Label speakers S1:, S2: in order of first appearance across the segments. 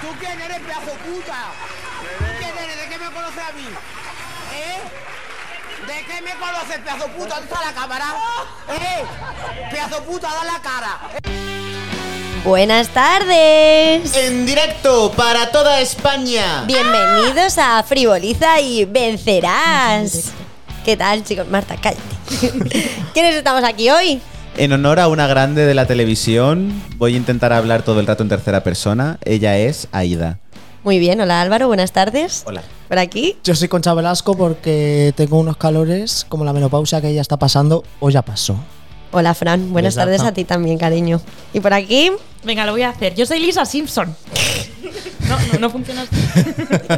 S1: ¿Tú quién eres, pedazo puta? ¿Tú quién eres? ¿De qué me conoces a mí? ¿Eh? ¿De qué me conoces, pedazo puta? ¿Dónde está la cámara? ¿Eh? Pedazo puta, da la cara.
S2: Buenas tardes.
S3: En directo para toda España.
S2: Bienvenidos a Frivoliza y Vencerás. ¿Qué tal, chicos? Marta, cállate. ¿Quiénes estamos aquí hoy?
S3: En honor a una grande de la televisión, voy a intentar hablar todo el rato en tercera persona. Ella es Aida.
S2: Muy bien, hola Álvaro, buenas tardes.
S3: Hola.
S2: ¿Por aquí?
S4: Yo soy Concha Velasco porque tengo unos calores como la menopausia que ya está pasando o ya pasó.
S2: Hola Fran, buenas
S4: Exacto.
S2: tardes a ti también, cariño. ¿Y por aquí?
S5: Venga, lo voy a hacer. Yo soy Lisa Simpson. No, no, no funciona así.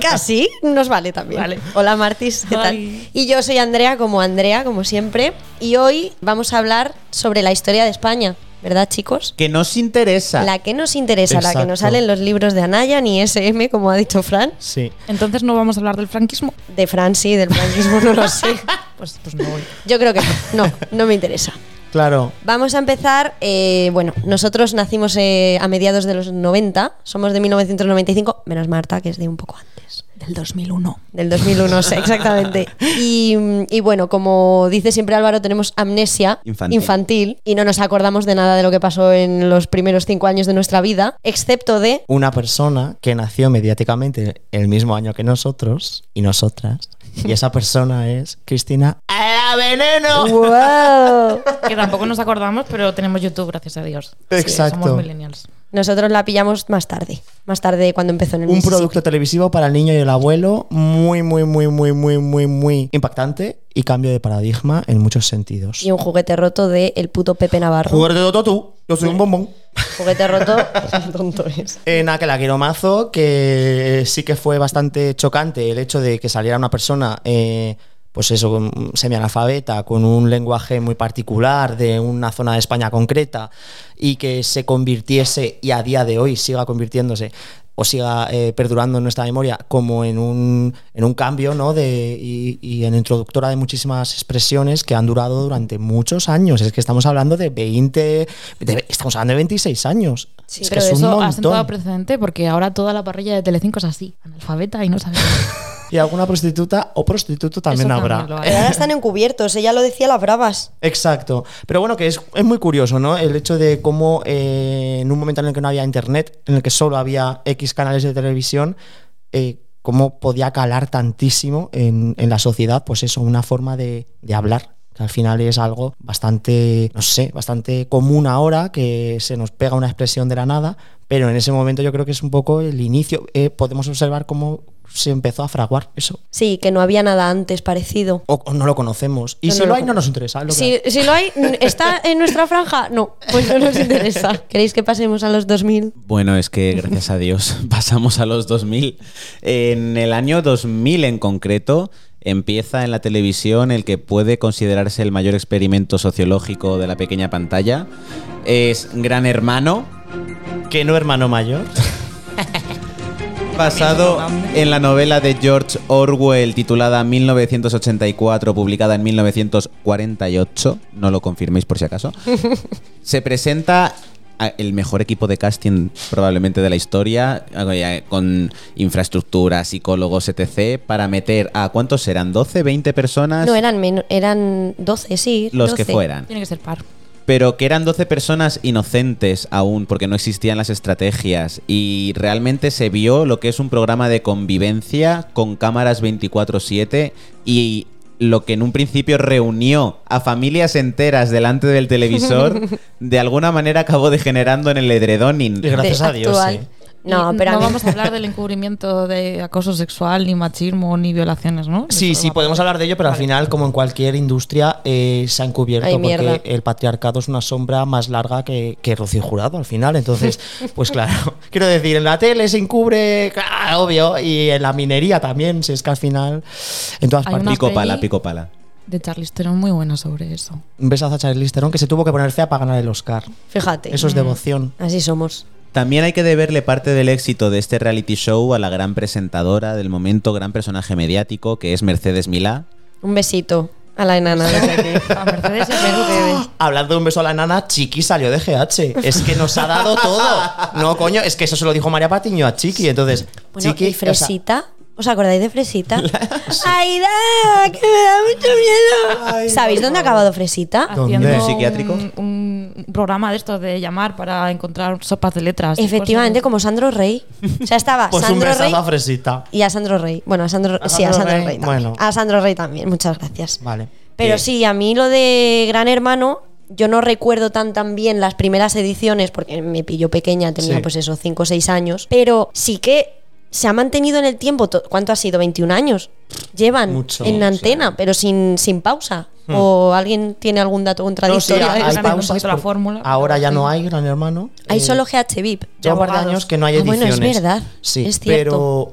S2: Casi, nos vale también.
S5: Vale.
S2: Hola Martis, ¿qué tal?
S5: Ay.
S2: Y yo soy Andrea, como Andrea, como siempre. Y hoy vamos a hablar sobre la historia de España, ¿verdad chicos?
S3: Que nos interesa.
S2: La que nos interesa, la que nos
S4: Exacto.
S2: salen los libros de Anaya ni SM, como ha dicho Fran.
S4: Sí.
S5: Entonces no vamos a hablar del franquismo.
S2: De Fran sí, del franquismo no lo sé.
S5: Pues, pues no voy.
S2: Yo creo que no, no, no me interesa.
S4: Claro.
S2: Vamos a empezar, eh, bueno, nosotros nacimos eh, a mediados de los 90, somos de 1995, menos Marta, que es de un poco antes.
S5: Del 2001.
S2: Del 2001, sí, exactamente. Y, mm, y bueno, como dice siempre Álvaro, tenemos amnesia
S3: Infantil.
S2: y no nos acordamos de nada de lo que pasó en los primeros cinco años de nuestra vida, excepto de
S4: Una persona que nació mediáticamente el mismo año que nosotros y nosotras. Y esa persona es Cristina a la veneno.
S2: ¡Wow!
S5: Que tampoco nos acordamos, pero tenemos YouTube, gracias a Dios.
S4: Exacto.
S5: Somos millennials.
S2: Nosotros la pillamos más tarde, más tarde cuando empezó en el
S4: Un
S2: Mississippi.
S4: producto televisivo para el niño y el abuelo muy, muy, muy, muy, muy, muy, muy impactante y cambio de paradigma en muchos sentidos.
S2: y un juguete roto de el puto Pepe Navarro.
S4: Jugar de Dota tú, yo soy un bombón.
S2: Juguete roto, tonto es.
S4: Eh, nada, que la quiero mazo, que eh, sí que fue bastante chocante el hecho de que saliera una persona, eh, pues eso, con- semianalfabeta, con un lenguaje muy particular de una zona de España concreta y que se convirtiese, y a día de hoy siga convirtiéndose o siga eh, perdurando en nuestra memoria como en un, en un cambio ¿no? de, y, y en introductora de muchísimas expresiones que han durado durante muchos años. Es que estamos hablando de 20, de- estamos hablando de 26 años.
S2: Sí,
S4: es que
S5: Pero
S4: es un
S5: eso ha
S4: montón.
S5: sentado precedente porque ahora toda la parrilla de Telecinco es así, analfabeta y no sabemos.
S4: Y alguna prostituta o prostituto también
S5: Eso
S4: habrá.
S5: también lo hay.
S2: Pero ahora están encubiertos, ella lo decía las bravas.
S4: Exacto. Pero bueno, que es, es muy curioso, ¿no? El hecho de cómo eh, en un momento en el que no había internet, en el que solo había X canales de televisión, eh, cómo podía calar tantísimo en, en la sociedad, pues eso, una forma de, de hablar. Que al final es algo bastante, no sé, bastante común ahora, que se nos pega una expresión de la nada, pero en ese momento yo creo que es un poco el inicio. Eh, podemos observar cómo se empezó a fraguar eso.
S2: Sí, que no había nada antes parecido.
S4: o, o no lo conocemos. Y
S2: No,
S4: si
S2: no
S4: lo,
S2: lo
S4: hay, no
S2: cono-
S4: nos interesa. es lo que
S2: Si,
S4: hay.
S2: si lo hay, ¿está en nuestra franja? No, pues no nos interesa. ¿Queréis que pasemos a los 2000?
S3: Bueno, es que gracias a Dios pasamos a los 2000. En el año 2000 en concreto empieza en la televisión el que puede considerarse el mayor experimento sociológico de la pequeña pantalla. Es Gran Hermano,
S4: Que no, hermano mayor.
S3: Basado en la novela de George Orwell titulada 1984, publicada en 1948, no lo confirméis por si acaso, se presenta a- el mejor equipo de casting probablemente de la historia, eh, con infraestructura, psicólogos, etc., para meter a, ¿cuántos serán? ¿12, 20 personas?
S2: No, eran, men- eran 12, sí.
S3: los que
S2: 12.
S3: fueran.
S5: Tiene que ser par.
S3: Pero que eran 12 personas inocentes aún, porque no existían las estrategias. Y realmente se vio lo que es un programa de convivencia con cámaras 24-7 y lo que en un principio reunió a familias enteras delante del televisor, de alguna manera acabó degenerando en el edredonin.
S4: Y gracias
S2: De
S4: a Dios.
S2: actual.
S4: sí.
S2: No,
S5: Y
S2: pero a
S5: no
S2: mí-
S5: vamos a hablar del encubrimiento de acoso sexual, ni machismo, ni violaciones, ¿no?
S4: Sí,
S5: Eso
S4: sí,
S5: va-
S4: podemos hablar de ello, pero al final, como en cualquier industria, eh, se ha encubierto
S2: Ay, mierda.
S4: porque el patriarcado es una sombra más larga que, que Rocío Jurado al final. Entonces, pues claro, quiero decir, en la tele se encubre, claro, obvio, y en la minería también, si es que al final, en todas
S5: Hay una-
S4: partes.
S3: Pico pala,
S5: peli-
S3: pico pala.
S5: De Charlize Theron muy buena sobre eso.
S4: Un besazo a Charlize Theron, que se tuvo que poner fea para ganar el Oscar.
S2: Fíjate.
S4: Eso es devoción.
S2: Así somos.
S3: También hay que deberle parte del éxito de este reality show a la gran presentadora del momento, gran personaje mediático, que es Mercedes Milá,
S2: Un besito. A la enana desde aquí. A Mercedes y a Mercedes.
S4: Hablando de un beso a la nana, Chiqui salió de GH. Es que nos ha dado todo. No, coño, es que eso se lo dijo María Patiño a Chiqui. Entonces,
S2: Bueno,
S4: Chiqui.
S2: y
S4: o sea,
S2: Fresita. ¿Os acordáis de Fresita? ¡Aida! ¡Que me da mucho miedo!
S4: Ay,
S2: ¿Sabéis dónde ha acabado Fresita?
S4: ¿Dónde?
S5: haciendo
S3: ¿Un psiquiátrico?
S5: Un, un programa de estos de llamar para encontrar sopas de letras. y
S2: Efectivamente,
S5: cosas.
S2: como Sandro Rey. O sea, estaba
S4: pues un
S2: Sandro
S4: besazo
S2: Rey
S4: a Fresita.
S2: y a Sandro Rey. Bueno, a Sandro,
S4: A
S2: sí, a Sandro
S4: Sandro Rey,
S2: Rey. también.
S4: bueno.
S2: A Sandro Rey también, muchas gracias.
S4: Vale.
S2: Pero
S3: Que-
S2: sí, a mí lo de Gran Hermano, yo no recuerdo tan tan bien las primeras ediciones, porque me pilló pequeña, tenía
S4: Sí.
S2: pues eso, 5 o 6 años, pero sí que se ha mantenido en el tiempo, to- ¿cuánto ha sido? 21 años. Llevan
S4: Mucho,
S2: en
S4: sí. Hmm.
S2: antena, pero sin, sin pausa. ¿O alguien tiene algún dato
S4: No, sí,
S2: contradictorio?
S5: hay-
S2: de eso?
S5: hay- un poquito la
S4: porque
S5: fórmula,
S4: Ahora
S5: pero
S4: ya no
S5: sí.
S4: hay Gran Hermano.
S2: Hay
S4: Eh,
S2: solo GH VIP.
S4: Lleva un par de
S5: abogados.
S4: años que no hay
S2: Ah,
S4: ediciones.
S2: bueno, es verdad.
S4: Sí,
S2: Es cierto.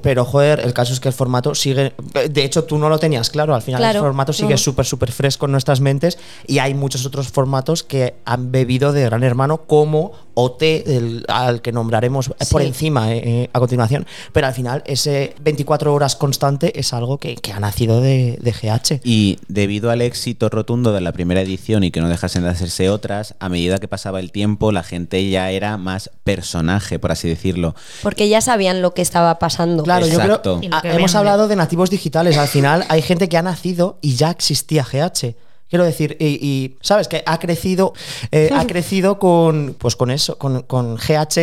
S4: Pero, pero joder, el caso es que el formato sigue. De hecho, tú no lo tenías claro. Al final,
S2: Claro,
S4: el formato sigue
S2: no.
S4: súper, súper fresco en nuestras mentes. Y hay muchos otros formatos que han bebido de Gran Hermano, como OT, el- al que nombraremos eh, por
S2: Sí.
S4: encima eh, eh, a continuación. Pero al final, ese 24 horas constante es algo que, que ha nacido de, de GH.
S3: Y debido al éxito rotundo de la primera edición y que no dejasen de hacerse otras, a medida que pasaba el tiempo, la gente ya era más personaje, por así decirlo.
S2: Porque ya sabían lo que estaba pasando.
S4: Claro,
S3: Exacto.
S4: yo
S5: Y
S4: creo.
S5: lo
S4: ah,
S5: que
S4: Hemos
S5: vende.
S4: hablado de nativos digitales. Al final, hay gente que ha nacido y ya existía GH. Quiero decir, y, y, sabes que ha crecido, eh, ha crecido con, pues con eso, con, con GH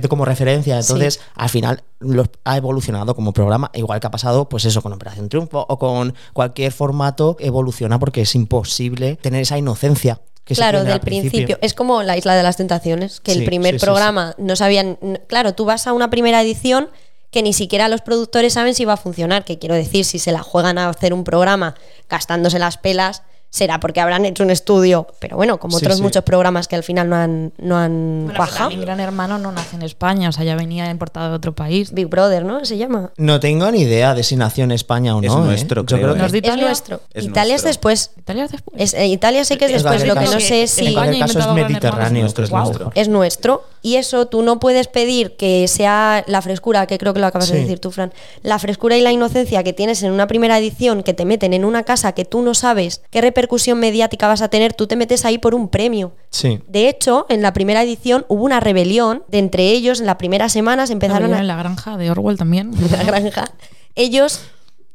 S4: de- como referencia. Entonces,
S2: Sí.
S4: al final lo- ha evolucionado como programa, igual que ha pasado, pues eso, con Operación Triunfo o con cualquier formato evoluciona porque es imposible tener esa inocencia. Que se
S2: claro,
S4: tiene
S2: del
S4: al
S2: principio. Es como la Isla de las Tentaciones, que
S4: Sí,
S2: el primer
S4: sí, sí,
S2: programa no sabían. n- Claro, tú vas a una primera edición que ni siquiera los productores saben si va a funcionar. Que quiero decir, si se la juegan a hacer un programa gastándose las pelas, será porque habrán hecho un estudio. Pero bueno, como
S4: Sí,
S2: otros
S4: sí.
S2: muchos programas que al final no han, no han
S5: Bueno, pero
S2: cuajado.
S5: también Gran Hermano no nace en España, o sea, ya venía importado de otro país.
S2: Big Brother, ¿no? Se llama.
S4: No tengo ni idea de si nació en España o
S3: Es
S4: no. ¿eh?
S3: nuestro,
S4: Yo
S3: creo,
S4: creo
S3: ¿eh?
S4: que-
S5: Nos di- ¿Italia?
S2: Es nuestro.
S3: Es
S2: Italia
S3: nuestro.
S2: es después.
S5: Italia es después.
S2: Es- eh, Italia sí que es
S4: Es
S2: después.
S4: vale,
S2: Lo que
S4: caso-
S2: no sé
S5: En
S2: si.
S5: España
S4: En cualquier caso es
S5: inventado Gran
S4: mediterráneo.
S5: Hermano.
S3: Nuestro es
S4: creo.
S3: nuestro.
S2: es nuestro y eso tú no puedes pedir que sea la frescura, que creo que lo acabas de
S4: Sí.
S2: decir tú, Fran, la frescura y la inocencia que tienes en una primera edición que te meten en una casa que tú no sabes qué repercusión mediática vas a tener, tú te metes ahí por un premio.
S4: Sí.
S2: De hecho, en la primera edición hubo una rebelión de entre ellos, en la primera semana se empezaron
S5: Rebelión
S2: a...
S5: en la granja de Orwell también.
S2: en la granja, ellos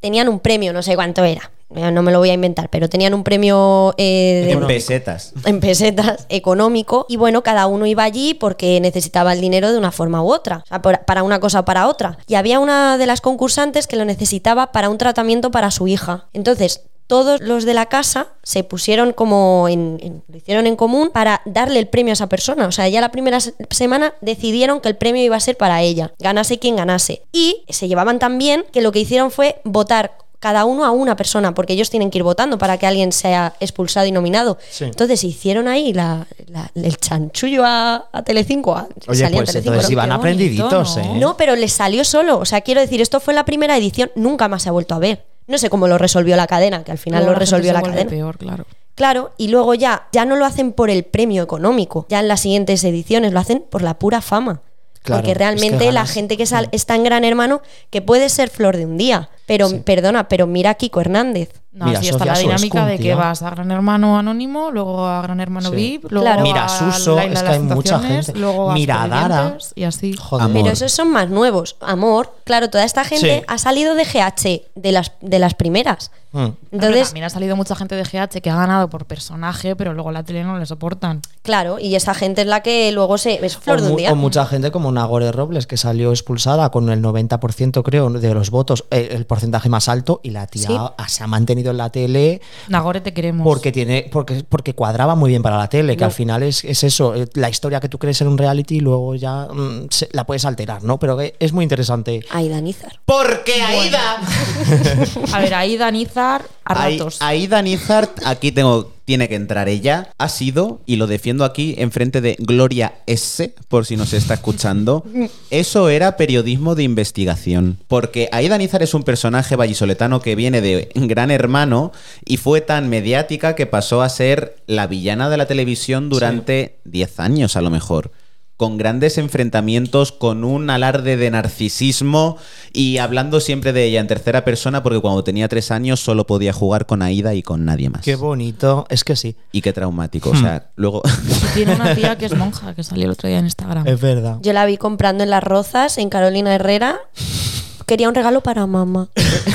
S2: tenían un premio, no sé cuánto era, no me lo voy a inventar, pero tenían un premio eh, de-
S3: En pesetas.
S2: en pesetas económico y bueno, cada uno iba allí porque necesitaba el dinero de una forma u otra, o sea, por- para una cosa o para otra. Y había una de las concursantes que lo necesitaba para un tratamiento para su hija. Entonces, todos los de la casa se pusieron como en, en- lo hicieron en común para darle el premio a esa persona. O sea, ya la primera se- semana decidieron que el premio iba a ser para ella, ganase quien ganase. Y se llevaban tan bien que lo que hicieron fue votar cada uno a una persona, porque ellos tienen que ir votando para que alguien sea expulsado y nominado.
S4: Sí.
S2: Entonces hicieron ahí la, la- el chanchullo a, a Telecinco. a-
S4: Oye,
S2: salía en
S4: pues
S2: Telecinco,
S4: entonces
S2: ¿no?
S4: iban
S5: Qué bonito,
S4: aprendiditos,
S5: ¿no?
S4: ¿eh?
S2: No, pero les salió solo. O sea, quiero decir, esto fue la primera edición, nunca más se ha vuelto a ver. No sé cómo lo resolvió la cadena, que al final lo
S5: Luego la gente
S2: resolvió
S5: se
S2: la
S5: vuelve
S2: cadena.
S5: peor, claro.
S2: Claro, y luego ya, ya no lo hacen por el premio económico, ya en las siguientes ediciones lo hacen por la pura fama.
S4: Claro,
S2: Porque
S4: es que
S2: realmente la
S4: ganas. Mm.
S2: gente que sal- está en Gran Hermano, que puede ser flor de un día, pero perdona, pero mira a Kiko Hernández.
S5: No,
S4: Mira,
S5: así está la
S4: asocias o
S5: dinámica de
S4: Escunti,
S5: que
S4: ¿no?
S5: vas a Gran Hermano Anónimo, luego a Gran Hermano
S4: Sí.
S5: VIP, luego
S2: Claro.
S5: a
S4: Mira, Suso, es
S5: la Isla de
S4: que
S5: las
S4: hay mucha
S5: Tentaciones,
S4: gente.
S5: Luego a
S4: Mira, Dara.
S5: Supervivientes Y así.
S4: Joder.
S3: Amor.
S2: Pero esos son más nuevos. Amor, claro, toda esta gente
S4: Sí.
S2: ha salido de GH, de las, de las primeras.
S5: Ah,
S4: Mm.
S5: Entonces,
S2: Entonces,
S5: también ha salido mucha gente de GH que ha ganado por personaje, pero luego la tele no le soportan.
S2: claro, y esa gente es la que luego se. Es
S4: O,
S2: flor de un
S4: mu-
S2: día.
S4: o mucha gente como Nagore Robles, que salió expulsada con el 90%, creo, de los votos, eh, el porcentaje más alto, y la tía
S2: Sí.
S4: ah, se ha mantenido en la tele
S5: Nagore, te queremos.
S4: porque tiene, porque, porque cuadraba muy bien para la tele, que al final es, es eso, eh, la historia que tú crees en un reality, luego ya mm, se- la puedes alterar, ¿no? Pero que es muy interesante.
S2: Aidan Izar.
S3: Porque Aida.
S5: A ver, ahí Danizar a
S3: Ahí-
S5: ratos.
S3: Aida Nizar, aquí tengo, tiene que entrar ella. Ha sido, y lo defiendo aquí, enfrente de Gloria S, por si nos está escuchando. Eso era periodismo de investigación. Porque Aida Nizar es un personaje vallisoletano que viene de Gran Hermano y fue tan mediática que pasó a ser la villana de la televisión durante 10 años, a lo mejor. con grandes enfrentamientos, con un alarde de narcisismo y hablando siempre de ella en tercera persona porque cuando tenía tres años solo podía jugar con Aida y con nadie más.
S4: Qué Hmm. bonito, es que sí.
S3: y qué traumático. O sea, luego...
S5: Tiene una tía que es monja, que salió el otro día en Instagram.
S4: Es verdad.
S2: Yo la vi comprando en Las Rozas, en Carolina Herrera. Quería un regalo para mamá.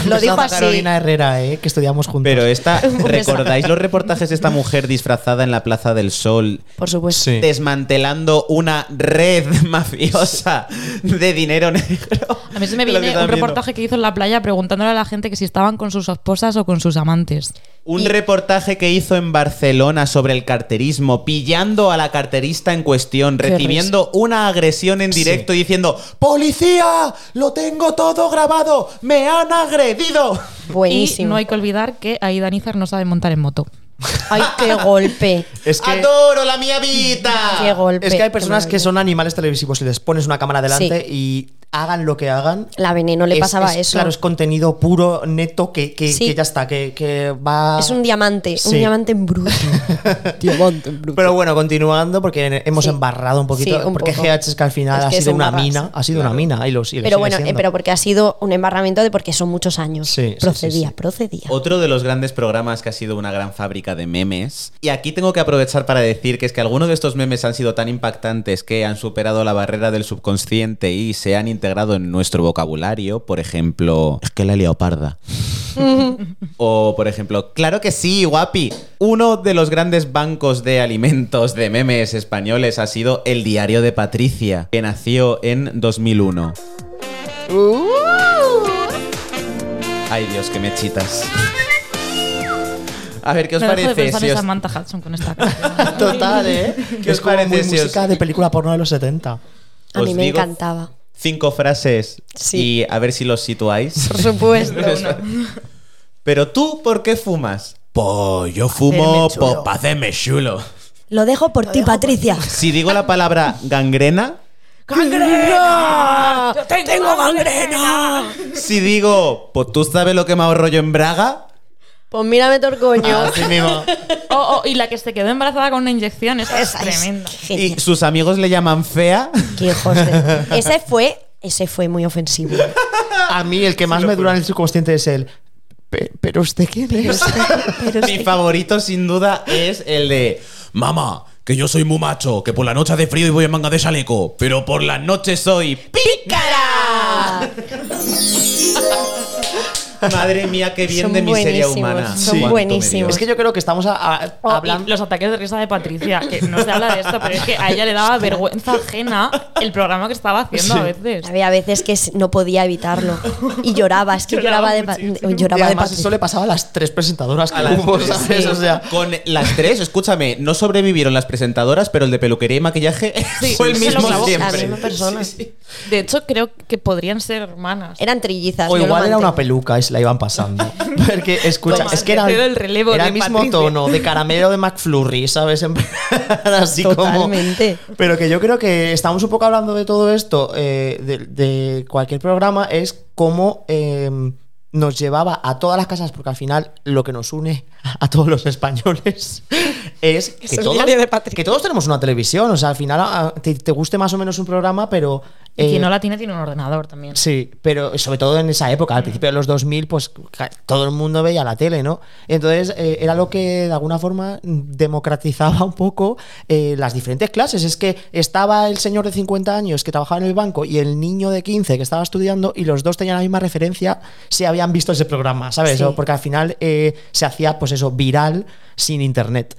S2: Lo
S4: Un
S2: dijo
S4: besazo a
S2: así.
S4: Carolina Herrera, ¿eh? que estudiamos juntos.
S3: Pero esta,
S2: beso.
S3: ¿recordáis los reportajes de esta mujer disfrazada en la Plaza del Sol
S2: Por supuesto.
S4: Sí.
S3: desmantelando una red mafiosa de dinero negro.
S5: A mí se me
S3: Lo que
S5: viene
S3: estaba
S5: un
S3: viendo.
S5: reportaje que hizo en la playa preguntándole a la gente que si estaban con sus esposas o con sus amantes.
S3: Un
S2: Y-
S3: reportaje que hizo en Barcelona sobre el carterismo, pillando a la carterista en cuestión,
S2: Qué
S3: recibiendo una agresión en
S4: Sí.
S3: directo y diciendo: ¡Policía! ¡Lo tengo todo grabado! ¡Me han agredido!
S5: Y
S2: Buenísimo.
S5: no hay que olvidar que Aida Nizar no sabe montar en moto.
S2: Ay, qué golpe.
S4: es que,
S3: ¡Adoro la mía vida!
S2: Qué golpe.
S4: es que hay
S2: Qué
S4: personas que
S2: maravilla.
S4: son animales televisivos y les pones una cámara delante y hagan lo que hagan.
S2: La veneno le
S4: es-
S2: pasaba
S4: es-
S2: eso.
S4: Claro, es contenido puro, neto, que, que-
S2: Sí.
S4: que ya está, que, que va...
S2: Es un diamante, un
S4: Sí.
S2: diamante en bruto. diamante en bruto.
S4: Pero bueno, continuando, porque hemos
S2: Sí.
S4: embarrado un poquito,
S2: Sí, un
S4: porque
S2: poco.
S4: GH es que al final
S2: Es
S4: ha
S2: que
S4: sido
S2: es
S4: una
S2: embarras.
S4: mina, ha sido una mina, y lo,
S2: Pero
S4: y lo sigue
S2: bueno, eh,
S4: siendo.
S2: pero porque ha sido un embarramiento de porque son muchos años.
S4: Sí, sí,
S2: procedía,
S4: sí, sí.
S2: procedía.
S3: Otro de los grandes programas que ha sido una gran fábrica de memes. Y aquí tengo que aprovechar para decir que es que algunos de estos memes han sido tan impactantes que han superado la barrera del subconsciente y se han integrado en nuestro vocabulario. Por ejemplo, es que la leoparda. o por ejemplo, claro que sí, guapi. Uno de los grandes bancos de alimentos de memes españoles ha sido el diario de Patricia, que nació en 2001. Ay Dios, que me chitas. A ver, ¿qué os
S5: no dejo de
S3: parece?
S5: pensar
S3: si
S5: en
S3: os-
S5: Samantha Hudson con esta canción.
S4: Total, ¿eh?
S3: ¿Qué os
S4: es como muy
S3: parece si os-
S4: música de película porno de los 70.
S2: A mí
S3: os
S2: me
S3: digo
S2: encantaba.
S3: Cinco frases
S2: Sí.
S3: y a ver si los situáis.
S2: Por
S5: Pues,
S2: supuesto.
S3: Pero tú, ¿por qué fumas? Po, Pues yo fumo pa' hacerme chulo.
S2: Lo dejo por ti, Patricia.
S3: Si digo la palabra gangrena,
S2: ¡Gangrena! ¡Tengo gangrena!
S3: si digo, pues tú sabes lo que me ahorro yo en Braga,
S2: Pues mírame torcoño.
S4: Ah, mismo.
S5: Oh, oh, y la que se quedó embarazada con una inyección, esa es
S2: Esa es
S5: tremenda.
S3: y
S2: genial.
S3: sus amigos le llaman fea.
S2: Qué hijos de- Ese fue, ese fue muy ofensivo.
S4: A mí el que más me dura en el subconsciente es el... "Pe- ¿Pero usted quién es?
S3: Mi favorito, sin duda, es el de
S6: Mamá, que yo soy muy macho, que por la noche hace frío y voy en manga de chaleco, pero por las noches soy
S2: ¡Pícara!
S3: Madre mía, qué bien
S2: Son
S3: de miseria
S2: buenísimos,
S3: humana.
S2: son
S3: Cuánto
S2: buenísimos.
S4: Es que yo creo que estamos a- a-
S5: Oh, y
S4: hablando...
S5: los ataques de risa de Patricia, que no se habla de esto, pero es que a ella le daba vergüenza ajena el programa que estaba haciendo a veces.
S2: Había veces que s- no podía evitarlo. Y lloraba, es que lloraba,
S5: Lloraba
S2: de, pa-
S5: muchísimo.
S4: Y
S2: lloraba de
S4: además
S2: Patricia.
S4: eso le pasaba a las tres presentadoras que
S3: A las
S4: hubo,
S3: tres,
S4: ¿sabes?
S3: sí.
S4: O sea,
S3: Con las tres, escúchame, no sobrevivieron las presentadoras, pero el de peluquería y maquillaje
S5: Sí,
S3: fue el
S5: se lo
S3: mismo
S5: clavó.
S3: siempre.
S2: La misma persona.
S3: Sí, sí.
S5: De hecho, creo que podrían ser hermanas.
S2: Eran trillizas.
S4: O
S2: yo lo
S4: igual era
S2: mantengo.
S4: una peluca y se la iban pasando. Porque, escucha,
S5: Toma,
S4: es que
S5: te
S4: era,
S5: cedo el relevo
S4: era
S5: de
S4: el mismo
S5: Patricia.
S4: tono de caramelo de McFlurry, ¿sabes? En plan, Así
S2: Totalmente.
S4: como. Pero que yo creo que estamos un poco hablando de todo esto, eh, de, de cualquier programa, es cómo eh, nos llevaba a todas las casas, porque al final lo que nos une a todos los españoles es que,
S2: el
S4: todos,
S2: diario de Patricia.
S4: que todos tenemos una televisión. O sea, al final a- te, te guste más o menos un programa, pero.
S5: Y
S4: eh,
S5: quien no la tiene, tiene un ordenador también.
S4: Sí, pero sobre todo en esa
S2: Mm.
S4: época, al principio de los 2000, pues ca- todo el mundo veía la tele, ¿no? Entonces eh, era lo que de alguna forma democratizaba un poco eh, las diferentes clases. Es que estaba el señor de 50 años que trabajaba en el banco y el niño de 15 que estaba estudiando y los dos tenían la misma referencia si habían visto ese programa, ¿sabes?
S2: Sí.
S4: O Porque al final eh, se hacía, pues eso, viral sin internet.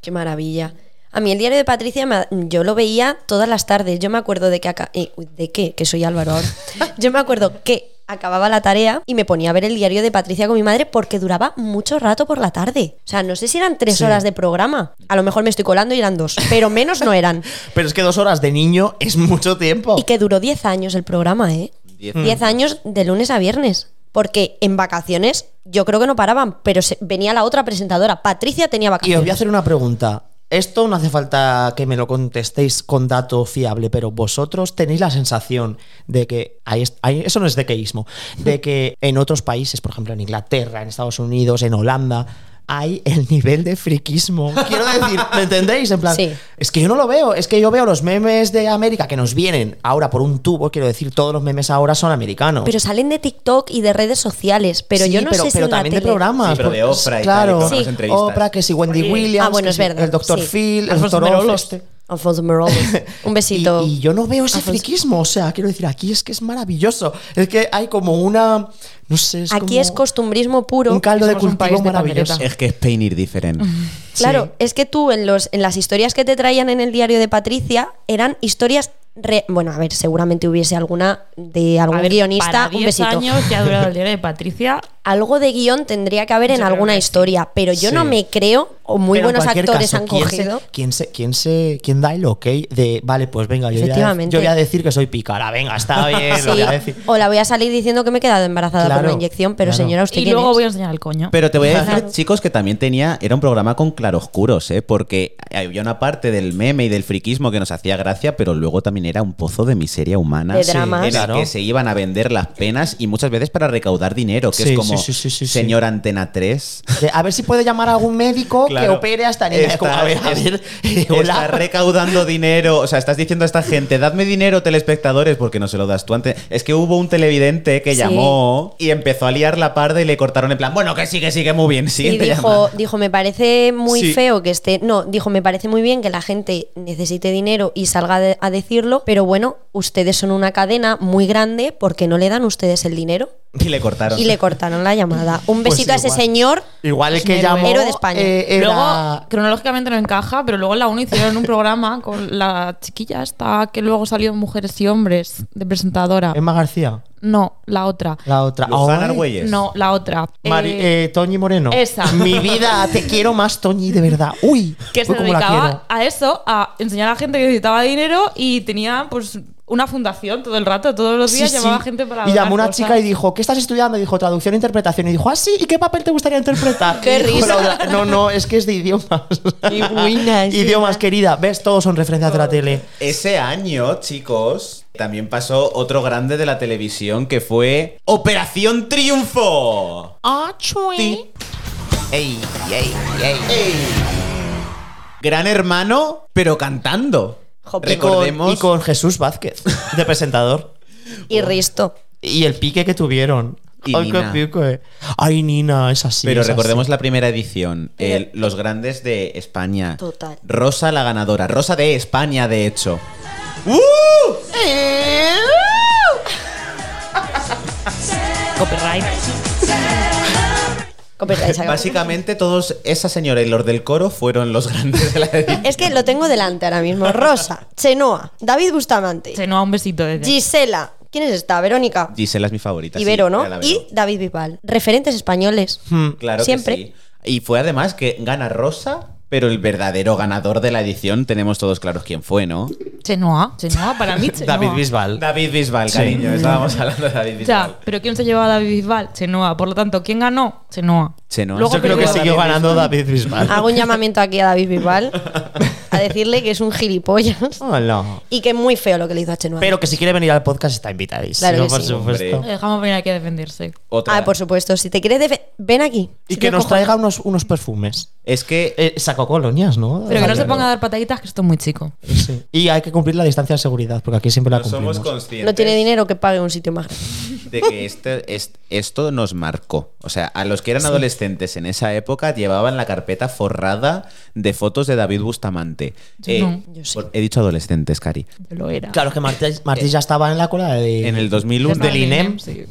S2: Qué maravilla. A mí el diario de Patricia me- yo lo veía todas las tardes. Yo me acuerdo de que aca- eh, uy, de qué, que soy Álvaro ahora. Yo me acuerdo que acababa la tarea y me ponía a ver el diario de Patricia con mi madre porque duraba mucho rato por la tarde. O sea, no sé si eran tres
S4: Sí.
S2: horas de programa. A lo mejor me estoy colando y eran dos, pero menos no eran.
S4: Pero es que dos horas de niño es mucho tiempo.
S2: Y que duró 10 años el programa, ¿eh?
S3: Diez
S4: Mm.
S2: 10 años de lunes a viernes. Porque en vacaciones yo creo que no paraban, pero se- venía la otra presentadora. Patricia tenía
S4: Y
S2: vacaciones.
S4: os voy a hacer una pregunta. Esto no hace falta que me lo contestéis con dato fiable, pero vosotros tenéis la sensación de que, ahí es- ahí- eso no es de queísmo, de que en otros países, por ejemplo en Inglaterra, en Estados Unidos, en Holanda, hay el nivel de friquismo. Quiero decir, ¿me entendéis? En plan,
S2: Sí.
S4: es que yo no lo veo, es que yo veo los memes de América que nos vienen ahora por un tubo, quiero decir, todos los memes ahora son americanos.
S2: Pero salen de TikTok y de redes sociales, pero
S4: Sí,
S2: yo no
S4: pero,
S2: sé si
S4: pero
S2: en la
S4: también de
S2: tele-
S4: programas.
S3: Sí, pero de
S4: porque-
S3: Oprah y
S4: claro,
S3: tal, y con
S2: las
S3: entrevistas.
S4: Oprah, que si Wendy
S5: Oye,
S4: Williams,
S2: ah, bueno,
S4: que
S2: es
S4: si
S2: verdad,
S4: el Dr.
S2: sí.
S4: Phil, el
S5: Alfonso
S4: Dr. Oz,
S5: Merolos.
S4: este.
S2: Alfonso Morales. Un besito.
S4: Y, y yo no veo ese
S2: Alfonso.
S4: friquismo, o sea, quiero decir, aquí es que es maravilloso. Es que hay como una, no sé, es
S2: Aquí
S4: como
S2: es costumbrismo puro.
S4: un caldo de
S5: Somos un
S4: cultivo
S5: país de
S4: maravilloso.
S5: pandereta.
S3: Es que es painir diferente.
S2: Claro,
S4: Sí.
S2: es que tú en, los, en las historias que te traían en el diario de Patricia eran historias... re- bueno, a ver, seguramente hubiese alguna de algún
S5: A ver,
S2: guionista.
S5: para
S2: un
S5: 10
S2: besito.
S5: años que ha durado el diario de Patricia.
S2: Algo de guión tendría que haber en
S5: Yo creo
S2: alguna
S5: que sí.
S2: historia, pero yo
S4: Sí.
S2: no me creo, o muy
S4: Pero en
S2: buenos
S4: cualquier
S2: actores
S4: caso,
S2: han
S4: ¿quién se-
S2: cogido.
S4: ¿quién, se, quién, se, ¿Quién da el ok de, vale, pues venga, yo voy a,
S2: Efectivamente.
S4: yo voy a decir que soy pícara, venga, está bien, lo
S2: Sí,
S4: voy a decir.
S2: O la voy a salir diciendo que me he quedado embarazada por
S4: Claro,
S2: una inyección, pero
S4: claro.
S2: señora, usted
S5: Y
S2: quién
S5: luego
S2: es?
S5: voy a enseñar el coño.
S3: Pero te voy a decir,
S2: Claro.
S3: chicos, que también tenía. Era un programa con claroscuros, ¿eh? Porque había una parte del meme y del friquismo que nos hacía gracia, pero luego también era un pozo de miseria humana.
S2: De dramas.
S3: En el
S4: Claro.
S3: que se iban a vender las penas y muchas veces para recaudar dinero, que es
S4: Sí,
S3: como.
S4: sí, sí, sí, sí, sí.
S3: señor Antena 3.
S4: De, a ver si puede llamar a algún médico
S3: Claro.
S4: que opere a esta niña. Es como, a ver, a
S3: Estás-
S4: ver, hola.
S3: Estás recaudando dinero. O sea, estás diciendo a esta gente, dadme dinero, telespectadores, porque no se lo das tú antes. Es que hubo un televidente que
S2: Sí.
S3: llamó y empezó a liar la parda y le cortaron en plan, bueno, que sigue, sigue muy bien.
S2: Y
S3: Siguiente
S2: dijo,
S3: llamada".
S2: dijo, me parece muy
S3: Sí.
S2: feo que esté. No, dijo, me parece muy bien que la gente necesite dinero y salga de- a decirlo, pero bueno, ustedes son una cadena muy grande, ¿por qué no le dan ustedes el dinero?
S3: Y le cortaron.
S2: Y le cortaron la llamada. Un
S4: Pues
S2: besito a ese
S4: igual.
S2: señor.
S4: Igual el
S5: Es
S4: que
S5: un héroe.
S4: llamó
S2: Héroe de España.
S4: eh, era-
S5: Luego, cronológicamente no encaja, pero luego en la 1 hicieron un programa con la chiquilla esta que luego salió en Mujeres y Hombres de presentadora.
S4: Emma García,
S5: No, la otra.
S4: Em- la otra.
S3: Luján
S4: Ay,
S3: Argüelles.
S5: No, la otra.
S4: Mari-
S5: Eh,
S4: eh, Toñi Moreno.
S5: esa.
S4: Mi vida, te quiero más, Toñi, de verdad. Uy,
S5: que se
S4: uy, cómo la quiero.
S5: dedicaba a eso, a enseñar a la gente que necesitaba dinero y tenía pues una fundación todo el rato, todos los días
S4: Sí, sí.
S5: llamaba gente para
S4: y
S5: donar
S4: llamó una
S5: cosas.
S4: chica y dijo, ¿qué estás estudiando? Y dijo, traducción e interpretación. Y dijo, ah, sí, ¿y qué papel te gustaría interpretar?
S2: Qué
S4: Y dijo
S2: risa.
S4: la otra, No, no, es que es de idiomas. idiomas, querida. ¿Ves? Todos son referencias de la tele.
S3: Ese año, chicos, también pasó otro grande de la televisión que fue Operación Triunfo.
S5: Ah, chui.
S4: Ey, ey, ey.
S3: Gran hermano, pero cantando.
S4: Y con,
S3: Recordemos.
S4: y con Jesús Vázquez, de presentador.
S2: Y Risto.
S4: Y el pique que tuvieron.
S3: Y
S4: Ay, qué
S3: Nina.
S4: pique. Ay, Nina, es así.
S3: Pero
S4: es
S3: recordemos
S4: así.
S3: la primera edición, el- los grandes de España.
S2: Total.
S3: Rosa la ganadora, Rosa de España, de hecho. ¡Uh!
S5: Copyright.
S2: Copyright, se acabó.
S3: Básicamente todos esa señora y los del coro fueron los grandes de la edición.
S2: Es que lo tengo delante ahora mismo. Rosa, Chenoa, David Bustamante,
S5: Se no a un besito desde.
S2: Gisela. ¿Quién es esta? Verónica.
S3: Gisela es mi favorita. sí,
S2: Ibero,
S3: era la
S2: ¿no?
S3: Vero.
S2: Y David Bisbal. Referentes españoles.
S4: Hmm.
S3: Claro
S2: Siempre.
S3: que sí. Y fue además que gana Rosa, pero el verdadero ganador de la edición tenemos todos claros quién fue, ¿no?
S5: Chenoa, Chenoa, para mí Chenoa.
S4: David Bisbal.
S3: David Bisbal, cariño.
S4: Mm.
S3: Estábamos hablando de David Bisbal.
S5: Ya, pero ¿quién se llevó a David Bisbal? Chenoa. Por lo tanto, ¿quién ganó? Chenoa.
S3: Chenoa.
S5: Luego
S4: Yo creo que
S5: perdió
S4: siguió
S5: David
S4: ganando David Bisbal.
S2: Hago un llamamiento aquí a David Bisbal a decirle que es un gilipollas
S4: Hola.
S2: y que es muy feo lo que le hizo a Chenoa.
S4: Pero que si quiere venir al podcast está invitadísimo,
S2: Claro que
S4: por
S2: sí.
S4: supuesto.
S3: Hombre.
S5: Le Dejamos venir aquí a defenderse.
S3: Otra.
S2: Ah, por supuesto. Si te quieres defe- ven aquí.
S4: Y
S2: Si
S4: que
S2: te
S4: nos
S2: cojo-
S4: traiga unos, unos perfumes.
S3: Es que
S4: Eh, sacó colonias, ¿no?
S5: Pero que no
S4: Vale.
S5: se ponga a dar pataditas, que esto es muy chico.
S4: Sí. Y hay que cumplir la distancia de seguridad, porque aquí siempre la
S3: no
S4: cumplimos.
S3: somos conscientes.
S2: No tiene dinero que pague un sitio más. grande.
S3: de que este, est- esto nos marcó. O sea, a los que eran adolescentes en esa época llevaban la carpeta forrada de fotos de David Bustamante. Eh,
S5: Yo no,
S2: yo sí.
S3: por- He dicho adolescentes, Cari.
S5: Yo lo era.
S4: Claro que Martí, Martí ya estaba en la cola de...
S3: En el 2001,
S5: Estaba
S4: del
S5: en
S4: INEM.
S5: sí.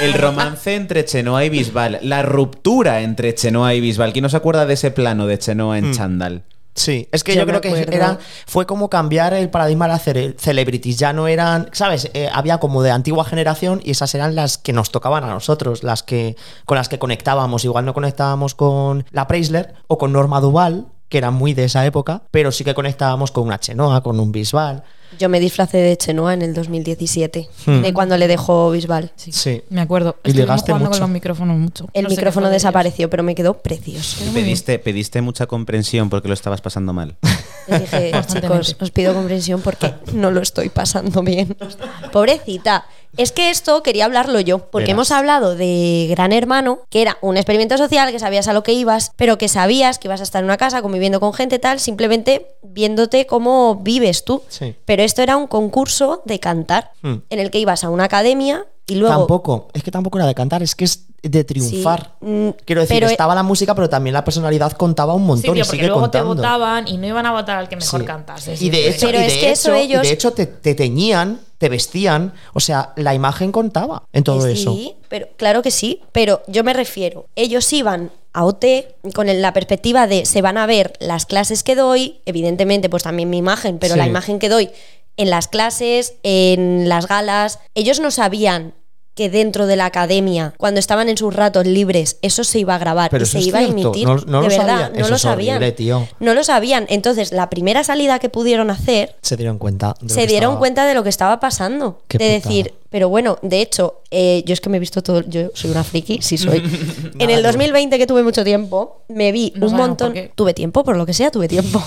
S3: el romance entre Chenoa y Bisbal, la ruptura entre Chenoa y Bisbal. ¿Quién no se acuerda de ese plano de Chenoa en Chandal?
S4: Sí, es que
S2: Yo
S4: yo,
S2: me
S4: creo que
S2: acuerdo.
S4: era, fue como cambiar el paradigma de las cere- celebrities. Ya no eran, ¿sabes? Eh, había como de antigua generación y esas eran las que nos tocaban a nosotros, las que con las que conectábamos. Igual no conectábamos con la Preisler o con Norma Duval, que eran muy de esa época, pero sí que conectábamos con una Chenoa, con un Bisbal.
S2: Yo me disfracé de Chenoa en el 2017,
S4: Hmm.
S2: de cuando le dejó Bisbal.
S5: Sí,
S4: Sí.
S5: Me acuerdo.
S4: Y
S5: Estuvimos
S4: ligaste
S5: jugando con
S4: mucho.
S5: los micrófonos mucho.
S2: El
S5: No sé qué fue
S2: micrófono
S5: de ellos.
S2: desapareció, pero me quedó precioso.
S5: Pero muy bien.
S3: Pediste, pediste mucha comprensión porque lo estabas pasando mal.
S2: Les dije, chicos, os pido comprensión porque no lo estoy pasando bien. Pobrecita. Es que esto quería hablarlo yo, porque
S4: Verás.
S2: hemos hablado de Gran Hermano, que era un experimento social, que sabías a lo que ibas, pero que sabías que ibas a estar en una casa conviviendo con gente tal, simplemente viéndote cómo vives tú.
S4: Sí.
S2: Pero esto era un concurso de cantar,
S4: Hmm.
S2: en el que ibas a una academia y luego...
S4: Tampoco, es que tampoco era de cantar, es que es de triunfar.
S2: Mm,
S4: Quiero decir,
S2: pero-
S4: estaba la música, pero también la personalidad contaba un montón
S5: Sí, tío,
S4: y
S5: porque
S4: sigue
S5: luego
S4: contando.
S5: te votaban y no iban a votar al que
S4: Sí.
S5: mejor cantase.
S4: Y de
S5: siempre.
S4: hecho,
S2: Pero
S4: y de
S2: es que eso
S4: hecho- y
S2: ellos-
S4: de hecho te, te teñían, te vestían, o sea, la imagen contaba en todo
S2: Que
S4: eso.
S2: Eh, Sí, pero claro que sí, pero yo me refiero, ellos iban a OT con el- la perspectiva de se van a ver las clases que doy, evidentemente pues también mi imagen, pero
S4: Sí.
S2: la imagen que doy en las clases, en las galas, ellos no sabían que dentro de la academia, cuando estaban en sus ratos libres, eso se iba a grabar y
S4: Pero eso
S2: se
S4: es
S2: iba a
S4: cierto,
S2: emitir.
S4: no- no
S2: de
S4: lo
S2: verdad,
S4: sabían.
S2: no
S4: Eso
S2: lo
S4: es
S2: sabían.
S4: horrible, tío.
S2: No lo sabían. Entonces, la primera salida que pudieron hacer
S4: Se dieron cuenta. de lo
S2: se
S4: que
S2: dieron
S4: estaba.
S2: cuenta de lo que estaba pasando.
S4: Qué
S2: de
S4: putada.
S2: decir, pero bueno, de hecho, eh, yo es que me he visto todo. Yo soy una friki, sí soy. en el 2020, que tuve mucho tiempo, me vi
S5: No
S2: un
S5: sabemos
S2: montón.
S5: por qué.
S2: Tuve tiempo, por lo que sea, tuve tiempo.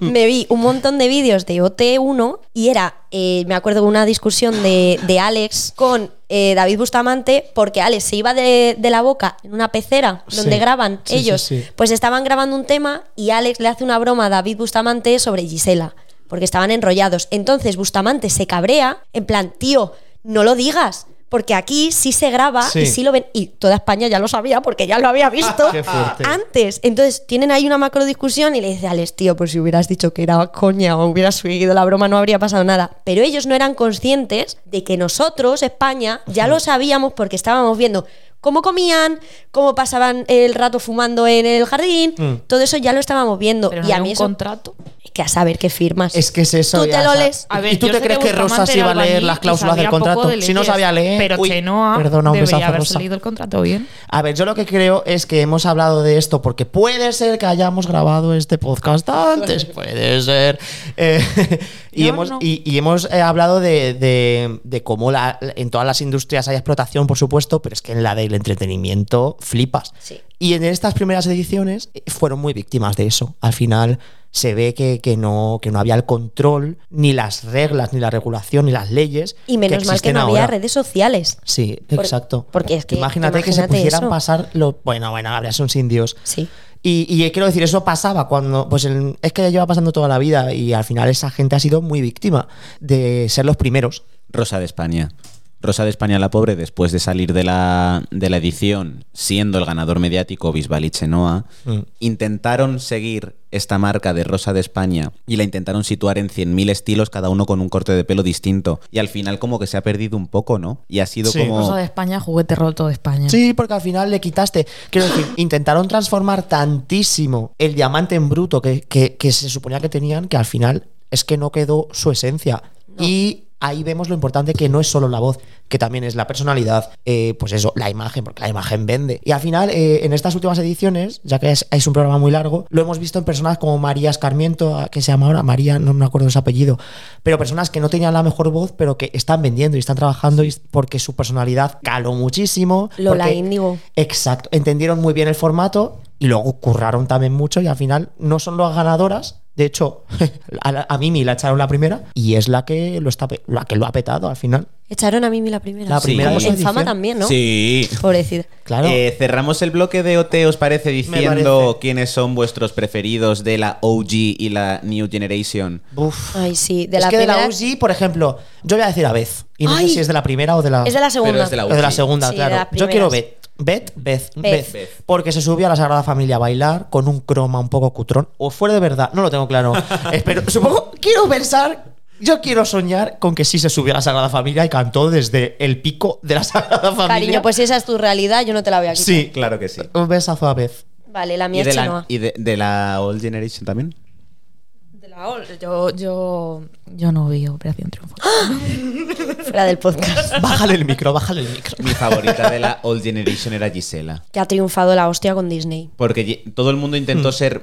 S2: me vi un montón de vídeos de OT1 y era. eh, me acuerdo de una discusión de, de Alex con eh, David Bustamante, porque Alex se iba de, de la boca en una pecera donde
S4: Sí.
S2: graban
S4: Sí, sí,
S2: ellos.
S4: sí.
S2: Pues estaban grabando un tema y Alex le hace una broma a David Bustamante sobre Gisela, porque estaban enrollados. Entonces Bustamante se cabrea, en plan, tío, no lo digas, porque aquí sí se graba y
S4: Sí.
S2: sí lo ven. Y toda España ya lo sabía porque ya lo había visto
S4: Qué fuerte.
S2: antes. Entonces tienen ahí una macro discusión y le dice Alex, tío, pues si hubieras dicho que era coña o hubieras seguido la broma no habría pasado nada. Pero ellos no eran conscientes de que nosotros, España, ya lo sabíamos porque estábamos viendo cómo comían, cómo pasaban el rato fumando en el jardín,
S4: Mm.
S2: todo eso ya lo estábamos viendo.
S5: Pero no
S2: y a
S5: había
S2: mí
S5: un
S2: eso,
S5: contrato.
S2: que a saber qué firmas.
S4: Es que es eso.
S2: Tú
S4: ya,
S2: te lo
S4: o sea,
S2: lees.
S5: A
S4: ¿Y
S5: ver,
S4: tú
S5: yo
S4: te
S5: sé
S4: crees
S5: que
S4: que Rosa
S5: Bustamante
S4: sí iba a
S5: era
S4: leer
S5: albañil
S4: las
S5: y
S4: cláusulas del
S5: sabía poco
S4: contrato?
S5: de
S4: Si no
S5: leyes,
S4: sabía leer.
S5: Pero
S4: Uy,
S5: Chenoa
S4: perdona, un
S5: debería
S4: besazo a
S5: haber
S4: Rosa.
S5: salido el contrato bien.
S4: A ver, yo lo que creo es que hemos hablado de esto porque puede ser que hayamos grabado este podcast antes, puede ser. Eh, y,
S5: Yo
S4: hemos,
S5: no.
S4: y, y hemos eh, hablado de, de- de cómo la- en todas las industrias hay explotación, por supuesto, pero es que en la del entretenimiento flipas.
S2: Sí.
S4: Y en estas primeras ediciones eh, fueron muy víctimas de eso. Al final se ve que, que no, que no había el control, ni las reglas, ni la regulación, ni las leyes.
S2: y menos mal que
S4: existen
S2: no había
S4: ahora.
S2: redes sociales.
S4: Sí,
S2: Por-
S4: exacto.
S2: porque es que-
S4: imagínate, que se
S2: imagínate
S4: pusieran
S2: eso.
S4: pasar lo bueno, bueno, ahora son sin dios.
S2: Sí.
S4: Y, y eh, quiero decir, eso pasaba cuando, pues el- es que ya lleva pasando toda la vida y al final esa gente ha sido muy víctima de ser los primeros.
S3: Rosa de España. Rosa de España la pobre, después de salir de la, de la edición, siendo el ganador mediático Bisbal y Chenoa,
S4: Mm.
S3: intentaron seguir esta marca de Rosa de España y la intentaron situar en 100.000 estilos, cada uno con un corte de pelo distinto. Y al final como que se ha perdido un poco, ¿no? Y ha sido
S4: Sí.
S3: como...
S5: Rosa de España, juguete roto de España.
S4: Sí, porque al final le quitaste. Quiero decir, intentaron transformar tantísimo el diamante en bruto que, que- que se suponía que tenían que al final es que no quedó su esencia. Y ahí vemos lo importante que no es solo la voz, que también es la personalidad, eh, pues eso, la imagen, porque la imagen vende. Y al final, eh, en estas últimas ediciones, ya que es, es un programa muy largo, lo hemos visto en personas como María Escarmiento, a- que se llama ahora María, no me acuerdo su apellido, pero personas que no tenían la mejor voz, pero que están vendiendo y están trabajando y es- porque su personalidad caló muchísimo,
S2: Lola
S4: porque-
S2: Índigo.
S4: Exacto. Entendieron muy bien el formato y luego curraron también mucho y al final no son las ganadoras. De hecho, a, la- a Mimi la echaron la primera y es la que lo está pe- la que lo ha petado al final.
S2: Echaron a Mimi la primera.
S4: La
S2: Sí.
S4: primera
S2: Como
S3: de su
S2: en fama
S4: edición.
S2: también, ¿no?
S3: Sí.
S2: Pobrecita.
S4: Claro.
S3: Eh, cerramos el bloque de OT, ¿os parece? Diciendo
S4: parece.
S3: quiénes son vuestros preferidos de la OG y la New Generation.
S4: Uf.
S2: Ay, sí. De
S4: es
S2: la
S4: que de
S2: primera-
S4: la UG, por ejemplo, yo voy a decir a Beth. Y no
S2: Ay.
S4: sé si es de la primera o de la,
S2: Es de la segunda.
S3: es de la
S4: o de la segunda,
S2: Sí, de
S4: claro.
S2: las
S4: yo quiero
S2: primeras.
S4: Beth. Beth, Beth,
S2: Beth.
S4: Beth,
S3: Beth.
S4: Porque se subió a la Sagrada Familia a bailar con un croma un poco cutrón. O fue de verdad, no lo tengo claro. Espero, supongo, quiero pensar, yo quiero soñar con que sí se subió a la Sagrada Familia y cantó desde el pico de la Sagrada Familia.
S2: Cariño, pues si esa es tu realidad, yo no te la voy a quitar.
S4: Sí,
S3: Claro que sí.
S4: un besazo a Beth.
S2: Vale, la mía
S3: ¿Y
S2: es
S3: de
S2: Chenoa.
S3: la, y de- de la Old Generation también?
S5: De la OL, yo, yo, yo no vi Operación Triunfo.
S2: Fuera del podcast.
S4: Bájale el micro, bájale el micro.
S3: Mi favorita de la Old Generation era Gisela.
S2: Que ha triunfado la hostia con Disney.
S3: Porque ye- todo el mundo intentó ser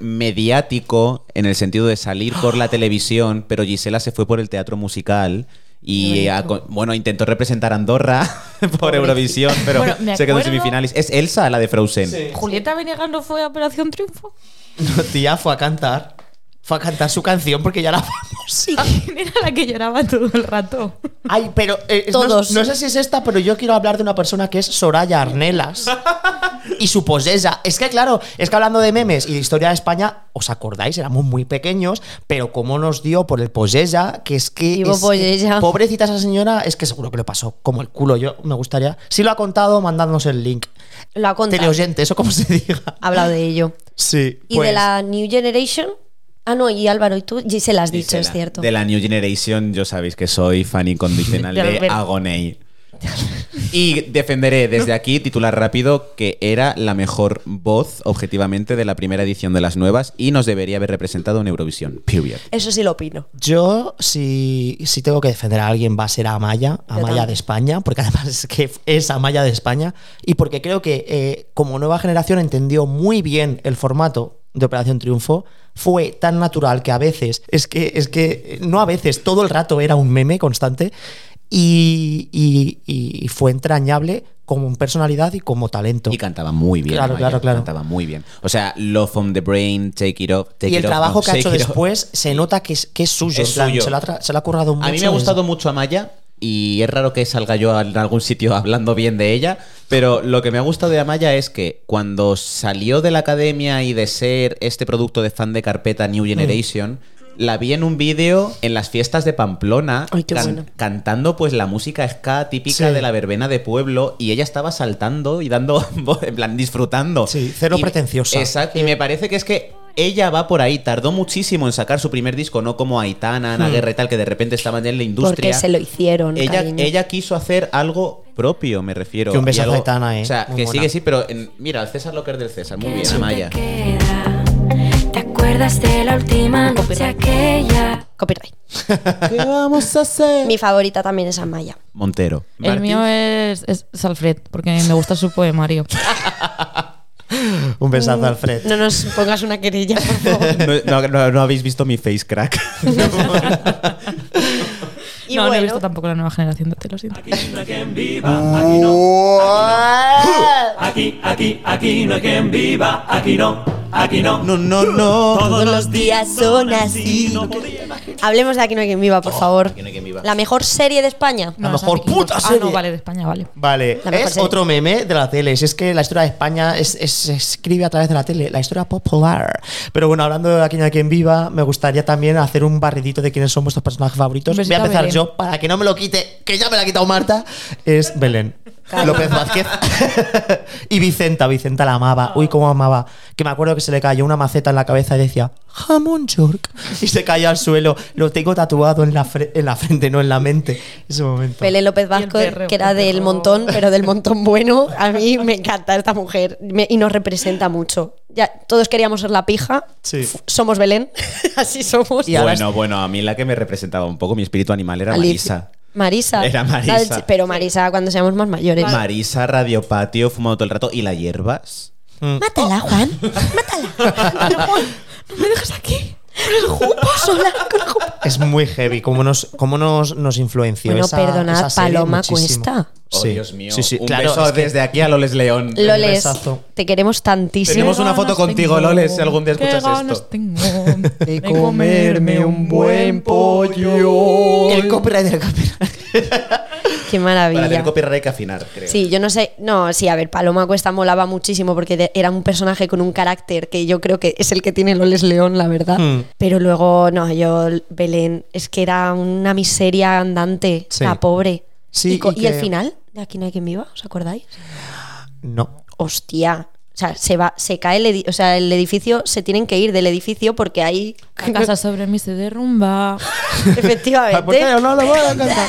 S3: mediático en el sentido de salir por la televisión, pero Gisela se fue por el teatro musical y a co- bueno, intentó representar a Andorra por Eurovisión, pero
S5: Bueno, me
S3: se quedó en
S5: acuerdo-
S3: semifinales. Es Elsa la de Frozen.
S5: ¿Julieta Venegas no fue a Operación Triunfo?
S4: Tía, fue a cantar. fue a cantar su canción porque ya la vamos.
S5: Sí. ¿Quién era la que lloraba todo el rato?
S4: Ay, pero eh, no-
S2: Todos.
S4: No, sé si es esta, pero yo quiero hablar de una persona que es Soraya Arnelas y su posesa. Es que claro, es que hablando de memes y de historia de España, ¿os acordáis? Éramos muy pequeños, pero cómo nos dio por el posesa, que es que
S2: Vivo
S4: es que-
S2: posesa.
S4: pobrecita esa señora, es que seguro que le pasó como el culo. Yo me gustaría, si lo ha contado, mandadnos el link.
S2: Lo ha contado.
S4: Teleoyente, eso como se diga.
S2: Ha hablado de ello. Ah,
S4: Sí. pues.
S2: Y
S3: Pues-
S2: de la New Generation. Ah, no, y Álvaro, y tú se las has dicho, es cierto.
S3: De la New Generation, yo sabéis que soy fan incondicional
S5: De
S3: de
S5: Alberto.
S3: Agoney. Y defenderé desde aquí, titular rápido, que era la mejor voz, objetivamente, de la primera edición de las nuevas y nos debería haber representado en Eurovisión. Period.
S2: Eso sí lo opino.
S4: Yo, si, si tengo que defender a alguien, va a ser a Amaya, Amaya
S2: también.
S4: de España, porque además es que es Amaya de España, y porque creo que eh, como nueva generación entendió muy bien el formato de Operación Triunfo, fue tan natural que a veces, es que, es que eh, no a veces, todo el rato era un meme constante, y, y- y fue entrañable como personalidad y como talento.
S3: Y cantaba muy bien.
S4: Claro,
S3: Amaya,
S4: claro, claro.
S3: Cantaba muy bien. O sea, Love on the Brain, Take It Off, Take
S4: Y
S3: It
S4: el
S3: Off,
S4: trabajo
S3: no,
S4: que ha hecho
S3: Shake It Off.
S4: después se nota que es, que es suyo.
S3: Es
S4: en plan,
S3: suyo.
S4: Se, lo ha tra- se lo ha currado mucho.
S3: A mí me ha
S4: en-
S3: gustado mucho Amaya y es raro que salga yo a- en algún sitio hablando bien de ella, pero lo que me ha gustado de Amaya es que cuando salió de la academia y de ser este producto de fan de carpeta
S4: Mm.
S3: New Generation, la vi en un vídeo en las fiestas de Pamplona
S2: Ay, qué
S3: can-
S2: bueno.
S3: cantando pues la música ska típica
S4: Sí.
S3: de la verbena de pueblo y ella estaba saltando y dando, en plan, disfrutando.
S4: Sí, cero
S3: Y-
S4: pretenciosa.
S3: Exacto, y me parece que es que ella va por ahí, tardó muchísimo en sacar su primer disco, no como Aitana,
S4: Hmm.
S3: Ana Guerra y tal, que de repente estaban ya en la industria.
S2: Porque se lo hicieron.
S3: ella,
S2: cariño.
S3: ella quiso hacer algo propio, me refiero.
S4: Que un besazo
S3: y algo-
S4: a Aitana, ¿eh?
S3: O sea,
S4: Muy
S3: que sí,
S4: buena.
S3: que sí, pero en- mira, el César lo que es del César, muy bien,
S7: Si
S3: Amaya.
S7: te queda, ¿Te acuerdas de la última noche aquella?
S2: Copyright.
S3: ¿Qué vamos a hacer?
S2: Mi favorita también es Amaya.
S3: Montero.
S5: El mío es, es Salfred, porque me gusta su poemario.
S4: Un
S3: Mm.
S4: besazo, Alfred.
S2: No nos pongas una querella, por favor.
S3: no, no- no- no habéis visto mi face crack.
S2: Y
S5: no, no he
S2: bueno,
S5: visto tampoco la nueva generación de Te lo siento.
S3: no, no, no.
S2: todos los días son así. Hablemos de Aquí no hay quien viva, por favor.
S3: Aquí no hay quien viva.
S2: La mejor serie de España.
S5: No,
S4: mejor
S5: es Antiquito.
S4: puta
S5: Ah,
S4: serie.
S5: no, vale, de España, vale.
S4: Vale,
S2: La mejor
S4: es
S2: serie.
S4: otro meme de la tele. Si es que la historia de España es- es- se escribe a través de la tele, la historia popular. Pero bueno, hablando de aquí no hay quien viva, me gustaría también hacer un barridito de quiénes son vuestros personajes favoritos.
S5: Un besito
S4: Voy a
S5: a
S4: empezar
S5: Belén.
S4: yo, para que no me lo quite, que ya me la ha quitado Marta. Es Belén. López Vázquez. y Vicenta, Vicenta la amaba. Uy, cómo amaba. Que me acuerdo que se le cayó una maceta en la cabeza y decía, jamón York. Y se cayó al suelo. Lo tengo tatuado en la, fre- en la frente, no en la mente. Ese momento.
S2: Pelé López Vasco,
S5: Y el perreo,
S2: que era
S5: el
S2: del
S5: perreo.
S2: montón, pero del montón bueno. A mí me encanta esta mujer me- y nos representa mucho. Ya, todos queríamos ser la pija.
S4: Sí.
S2: F- Somos Belén, así somos.
S4: Y ahora
S3: Bueno, bueno, a mí la que me representaba un poco mi espíritu animal era
S2: Alicia.
S3: Marisa.
S2: Marisa.
S3: Era Marisa.
S2: La del chi- Pero Marisa, cuando seamos más mayores.
S3: Marisa, Radio Patio, fumando todo el rato. ¿Y las hierbas?
S2: Mátala,
S3: Oh.
S2: Juan. Mátala. No, Juan, no me dejas aquí. Con el jupo, sola, con el jupo.
S4: Es muy heavy, cómo nos, cómo nos, nos influenció.
S2: Bueno,
S4: esa-
S2: perdonad,
S4: esa serie
S2: Paloma
S4: muchísimo.
S2: Cuesta.
S3: Oh,
S4: Sí.
S3: Dios mío.
S4: Sí, sí,
S3: Un
S4: claro,
S3: beso
S4: es que-
S3: desde aquí a Loles León.
S2: Loles,
S4: besazo.
S2: te queremos tantísimo.
S3: Tenemos
S5: Qué
S3: una foto
S5: ganas
S3: contigo,
S5: tengo,
S3: Loles, si algún día
S5: qué
S3: escuchas
S5: ganas
S3: esto.
S5: tengo
S4: De comerme un buen
S3: pollo.
S4: El copyright del copyright.
S2: Qué
S3: Para
S2: maravilla.
S3: tener copyright hay que afinar, creo.
S2: Sí, yo no sé. No, sí, a ver, Paloma Cuesta molaba muchísimo porque de- era un personaje con un carácter que yo creo que es el que tiene Loles León, la verdad.
S4: Hmm.
S2: Pero luego, no, yo, Belén, es que era una miseria andante,
S4: Sí.
S2: la pobre.
S4: Sí,
S2: y, co-
S4: y
S2: y el
S4: que-
S2: final, de aquí no hay quien viva, ¿os acordáis?
S4: No.
S2: Hostia. O sea, se, va, se cae el, edi- o sea, el edificio, se tienen que ir del edificio porque ahí.
S5: La casa sobre mí se derrumba.
S2: Efectivamente.
S4: no lo voy a cantar.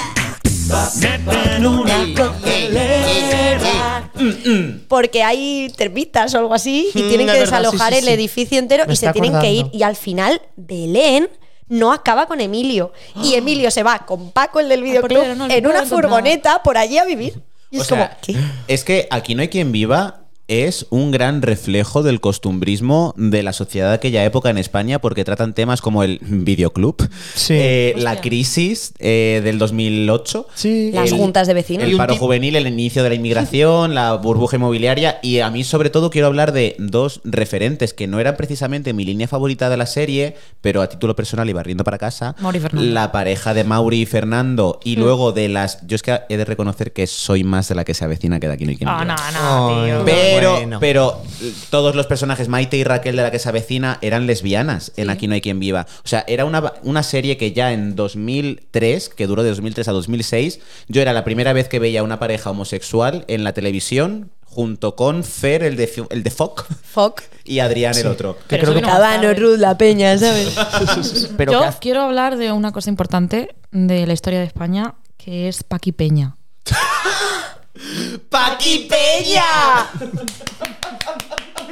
S2: porque hay termitas o algo así y
S4: Mm,
S2: tienen
S4: es
S2: que
S4: verdad,
S2: desalojar
S4: sí, sí,
S2: el
S4: sí.
S2: edificio entero
S4: Me
S2: y se
S4: está
S2: tienen que ir.
S4: acordando.
S2: Y al final, Belén no acaba con Emilio. Y Emilio se va con Paco, el del videoclub,
S5: portero, no, el
S2: en una
S5: portero, no.
S2: furgoneta por allí a vivir. Y
S3: O
S2: es
S3: sea,
S2: como, ¿qué?
S3: Es que aquí no hay quien viva. es un gran reflejo del costumbrismo de la sociedad de aquella época en España porque tratan temas como el videoclub,
S4: Sí.
S3: eh, la
S5: Hostia.
S3: crisis eh, del 2008,
S4: Sí.
S2: Las
S3: el-
S2: juntas de vecinos.
S3: el paro juvenil, el inicio de la inmigración, la burbuja inmobiliaria y a mí sobre todo quiero hablar de dos referentes que no eran precisamente mi línea favorita de la serie, pero a título personal iba riendo para casa.
S5: Mauri y Fernando.
S3: La pareja de Mauri y Fernando
S5: Hmm.
S3: y luego de las... Yo es que he de reconocer que soy más de la que se avecina que de aquí no hay quien
S5: Ah,
S3: viva.
S5: no, no,
S4: Ay,
S5: tío.
S3: Pero,
S4: Bueno.
S3: pero todos los personajes, Maite y Raquel de la que se avecina, eran lesbianas en Aquí no hay quien viva. O sea, era una, una serie que ya en 2003, que duró de 2003 a 2006, yo era la primera vez que veía una pareja homosexual en la televisión junto con Fer, el de, Fu- el de Foc,
S2: Fuck.
S3: y Adrián, el otro.
S4: Que
S5: Pero
S4: creo
S5: eso
S4: que-
S5: vino más
S2: Cabano,
S5: tarde.
S2: Ruth, La Peña, ¿sabes?
S4: Pero
S5: Yo
S4: que hace-
S5: quiero hablar de una cosa importante de la historia de España, que es Paqui Peña.
S3: ¡Paqui Peña!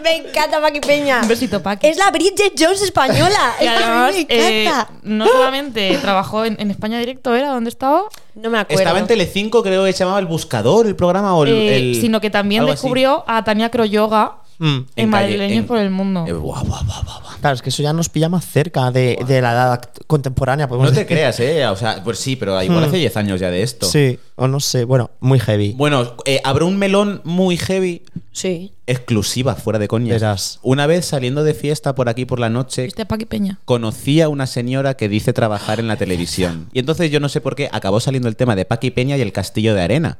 S2: Me encanta Paqui Peña.
S5: Un besito, Paqui.
S2: Es la Bridget Jones española.
S5: Y
S2: Es que
S5: además,
S2: a mí me
S5: eh,
S2: encanta.
S5: no solamente trabajó en, en España Directo, ¿era? ¿Dónde estaba?
S2: no me acuerdo.
S3: Estaba en Telecinco, creo que se llamaba El Buscador, el programa, o el...
S5: Eh,
S3: el-
S5: sino que también
S3: algo así.
S5: descubrió a Tania Croyoga
S4: Mm.
S5: en,
S3: calle-
S5: Madrileños
S3: en-
S5: por el Mundo.
S3: Eh, guau, guau, guau, guau, guau.
S4: Claro, es que eso ya nos pilla más cerca de, de la edad act- contemporánea. podemos
S3: No te
S4: decir.
S3: creas, ¿eh? O sea, pues sí, pero igual
S4: Hmm.
S3: hace 10 años ya de esto.
S4: Sí, o no sé. Bueno, muy heavy.
S3: Bueno, eh, habrá un melón muy heavy,
S2: Sí.
S3: exclusiva, fuera de coña.
S4: Verás.
S3: Una vez saliendo de fiesta por aquí por la noche,
S5: ¿Viste a Este Paqui Peña?
S3: conocí a una señora que dice trabajar en la televisión. Y entonces yo no sé por qué acabó saliendo el tema de Paqui Peña y el castillo de arena.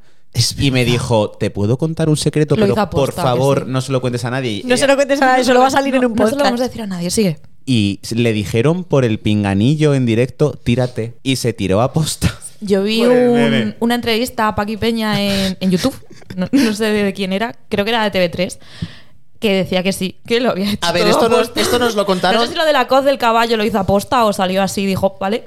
S3: Y me dijo, ¿te puedo contar un secreto?
S5: Lo
S3: pero
S5: hizo
S3: por
S5: aposta, que
S3: favor,
S5: sí.
S3: no se lo cuentes a nadie. Y
S2: No
S3: ella-
S2: se lo cuentes a nadie, solo va a salir
S5: No,
S2: en un
S5: no se lo
S2: podcast.
S5: vamos a decir a nadie, sigue.
S3: y le dijeron por el pinganillo en directo, tírate. Y se tiró a posta.
S5: Yo vi un- una entrevista a Paqui Peña en, en YouTube, no, no sé de quién era, creo que era de TV3, que decía que sí, que lo había hecho.
S4: A ver,
S5: todo
S4: esto nos-
S5: aposta.
S4: esto nos lo
S5: No
S4: contaron-
S5: sé si lo de la coz del caballo lo hizo aposta o salió así y dijo, vale.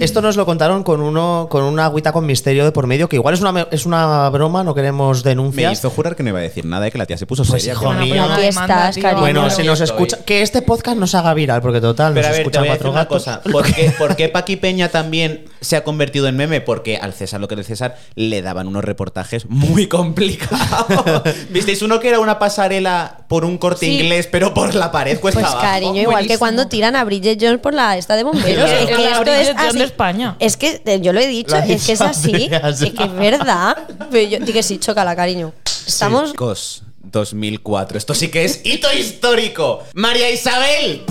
S4: Esto nos lo contaron con uno con una agüita con misterio de por medio, que igual es una, me- es una broma, no queremos
S3: Me
S4: denuncias.
S3: hizo jurar que no iba a decir nada y que la tía se puso
S4: Pues,
S3: seria.
S4: hijo
S3: con la
S4: mío.
S5: Bueno,
S2: Aquí
S5: demanda,
S2: estás,
S5: tío.
S2: cariño.
S4: Bueno,
S3: Bueno,
S4: se
S3: yo
S4: nos
S3: estoy.
S4: escucha. Que este podcast nos haga viral, porque total,
S3: Pero a ver,
S4: nos
S3: te
S4: escuchan
S3: voy a decir
S4: cuatro
S3: una
S4: gatos.
S3: cosa. ¿Por qué, por qué Paqui Peña también se ha convertido en meme? Porque al César lo que es del César le daban unos reportajes muy complicados. ¿Visteis uno que era una pasarela por un corte
S5: Sí.
S3: inglés, pero por la pared cuesta
S2: Pues
S3: abajo?
S2: cariño, igual que
S5: buenísimo.
S2: cuando tiran a Bridget Jones por la esta de bomberos.
S5: Es
S2: es
S5: la
S2: que esto
S5: Bridget
S2: es
S5: Jones
S2: así.
S5: de España.
S2: Es que eh, yo lo he dicho,
S4: La
S2: es que es así.
S4: Andrea,
S2: Es que es verdad. Pero yo di que sí, chócala, cariño. Estamos.
S3: Chicos, 2004. Esto sí que es hito histórico. María Isabel.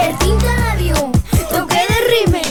S8: El tinta radio, toque de rime,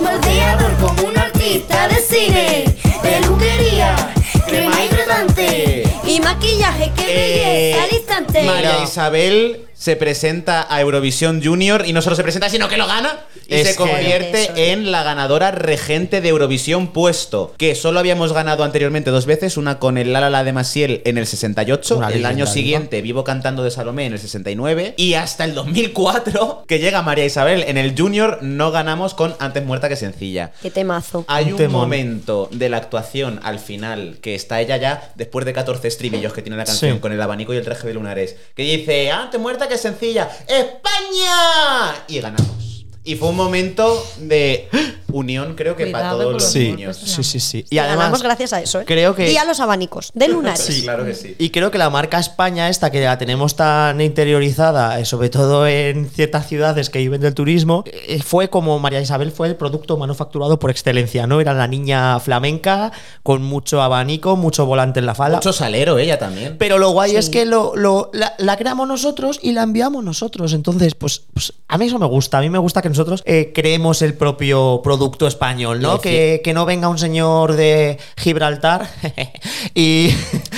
S8: moldeador como un artista de cine, peluquería, crema hidratante y maquillaje que
S3: eh,
S8: belleza al instante.
S3: María Isabel se presenta a Eurovisión Junior y no solo se presenta, sino que lo gana y
S4: Es
S3: se
S4: que-
S3: convierte
S2: Eso es.
S3: en la ganadora regente de Eurovisión puesto, que solo habíamos ganado anteriormente dos veces, una con el La La La de Maciel en el 68,
S4: Una
S3: el año
S4: leyenda,
S3: siguiente Vivo cantando de Salomé en el 69 y hasta el 2004 que llega María Isabel en el Junior no ganamos con Antes muerta que sencilla.
S2: Qué temazo.
S3: Hay un,
S4: Un temón.
S3: momento de la actuación al final que está ella ya después de 14 estribillos que tiene la canción
S4: Sí.
S3: con el abanico y el traje de lunares que dice antes muerta que sencilla España y ganamos y fue un momento de unión creo que para
S5: Cuidado
S3: todos
S5: con
S3: los
S5: los
S4: Sí,
S3: niños
S5: golpes.
S4: sí, sí, sí. Y
S2: Y
S4: además,
S2: ganamos gracias a eso, ¿eh?
S4: creo que-
S2: Y a los abanicos de lunares.
S3: sí claro que sí
S4: Y creo que la marca España, esta que la tenemos tan interiorizada, eh, sobre todo en ciertas ciudades que viven del turismo, eh, fue como María Isabel fue el producto manufacturado por excelencia, ¿no? Era la niña flamenca, con mucho abanico, mucho volante en la falda.
S3: mucho salero ella también
S4: Pero lo guay
S2: Sí.
S4: es que lo, lo- la, la creamos nosotros y la enviamos nosotros. Entonces, pues, pues, a mí eso me gusta. A mí me gusta que nosotros eh, creemos el propio producto español, ¿no?
S3: Sí.
S4: Que, que no venga un señor de Gibraltar y.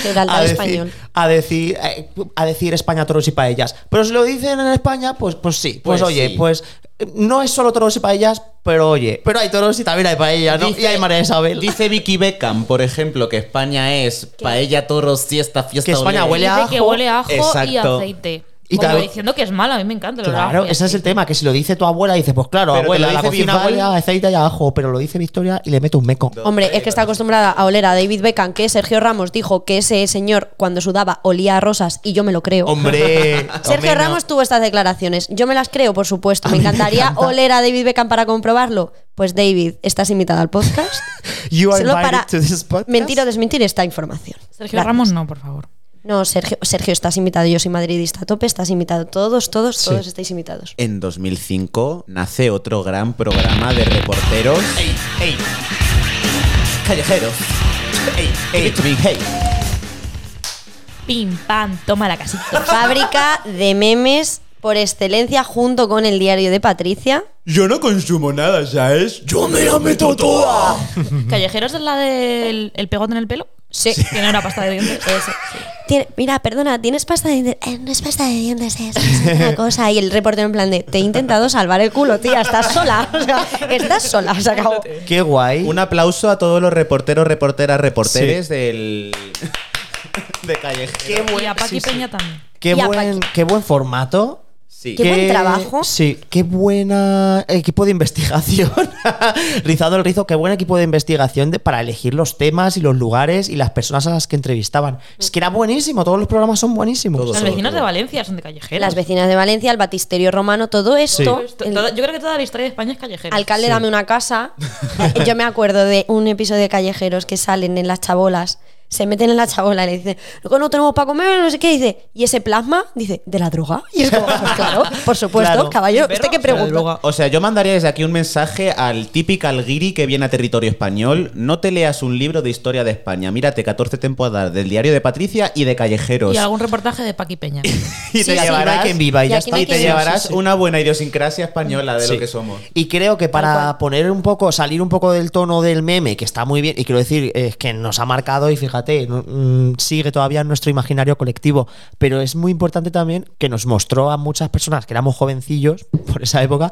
S2: Gibraltar
S4: a decir-
S2: español.
S4: A decir, eh, a decir España toros y paellas. Pero si lo dicen en España, pues, pues sí.
S3: Pues
S4: Pues, oye,
S3: sí.
S4: pues eh, no es solo toros y paellas, pero oye. Pero hay toros y también hay paellas, ¿no? y hay María Isabel.
S3: dice Vicky Beckham por ejemplo que España es paella toros fiesta fiesta
S4: Que España
S3: olé.
S4: huele a
S5: Dice que
S4: ajo.
S5: huele a ajo y
S3: Exacto.
S5: aceite.
S4: Y
S5: Como
S4: tal-
S5: diciendo que es malo, a mí me encanta el olor a
S4: Claro,
S5: ajo y
S4: ese es el
S5: aceite.
S4: tema, que si lo dice tu abuela, dices, pues claro,
S3: Pero te
S4: abuela,
S3: lo
S4: la
S3: dice
S4: cocina
S3: Bisbal.
S4: huele a aceite y a ajo, pero lo dice Victoria y le mete un meco.
S2: Hombre, es que está acostumbrada a oler a David Beckham, que Sergio Ramos dijo que ese señor cuando sudaba olía a rosas y yo me lo creo.
S4: Hombre,
S2: Sergio
S4: Hombre, no.
S2: Ramos tuvo estas declaraciones. Yo me las creo, por supuesto. Me encantaría oler a David Beckham para comprobarlo. Pues David, estás invitada al podcast.
S4: You are
S2: Solo
S4: invited
S2: para
S4: to this podcast.
S2: mentir o desmentir esta información.
S5: Sergio
S2: Gracias.
S5: Ramos, no, por favor.
S2: No, Sergio, Sergio, estás invitado. Yo soy madridista a tope, estás invitado. Todos, todos,
S4: Sí.
S2: todos estáis invitados.
S3: En 2005 nace otro gran programa de reporteros. ¡Ey, ey! Callejeros. ¡Ey, ey! ¡Hey!
S5: Pim, pam, toma la casita.
S2: Fábrica de memes por excelencia junto con el diario de Patricia.
S6: Yo no consumo nada, ¿sabes? Yo me la meto toda.
S5: ¿Callejeros es la del el pegote en el pelo?
S2: Sí.
S5: Que no era pasta de dientes.
S2: Tiene- mira, perdona, ¿tienes pasta de dientes? Eh, no es pasta de dientes, es, es otra cosa. Y el reportero en plan de, te he intentado salvar el culo, tía, estás sola. O sea, estás sola, se acabó.
S4: Qué guay.
S3: Un aplauso a todos los reporteros, reporteras, reporteres del. de Callejeros.
S5: Y a Paqui Peña también.
S4: Qué
S2: Y a
S4: buen, qué buen formato.
S3: Sí.
S2: Qué buen trabajo.
S4: Sí, qué buena equipo de investigación. Rizado el rizo, qué buen equipo de investigación de- para elegir los temas y los lugares y las personas a las que entrevistaban. Es que era buenísimo, todos los programas son buenísimos.
S5: Los vecinos de Valencia son de callejeros.
S2: Las vecinas de Valencia, el batisterio romano, todo esto.
S5: Esto-
S2: el-
S5: todo- yo creo que toda la historia de España es callejera.
S2: Alcalde, dame una casa. Yo me acuerdo de un episodio de Callejeros que salen en las chabolas. Se meten en la chabola y le dicen, luego no tenemos para comer, no sé qué. Dice, ¿y ese plasma? Dice, ¿de la droga? Y es como, "Pues claro, por supuesto,
S4: Claro.
S2: caballero,
S5: Perro,
S2: ¿usted qué
S5: o sea, de
S2: pregunta?
S5: droga.
S3: O sea, yo mandaría desde aquí un mensaje al típico alguiri que viene a territorio español. No te leas un libro de historia de España. Mírate 14 temporadas del diario de Patricia y de Callejeros.
S5: Y algún reportaje de Paqui Peña.
S4: Y
S2: Sí,
S4: te
S2: sí,
S4: llevarás
S2: vas.
S4: quien viva y
S2: Y
S4: ya
S2: aquí
S4: está.
S2: no hay
S3: Y te
S2: Sí,
S3: llevarás
S4: Sí, sí.
S3: una buena idiosincrasia española de
S4: Sí.
S3: lo que somos.
S4: Y creo que
S2: Tal
S4: para
S2: cual.
S4: poner un poco, salir un poco del tono del meme, que está muy bien, y quiero decir, es que nos ha marcado y fíjate, no- mm, sigue todavía en nuestro imaginario colectivo, pero es muy importante también que nos mostró a muchas personas que éramos jovencillos por esa época,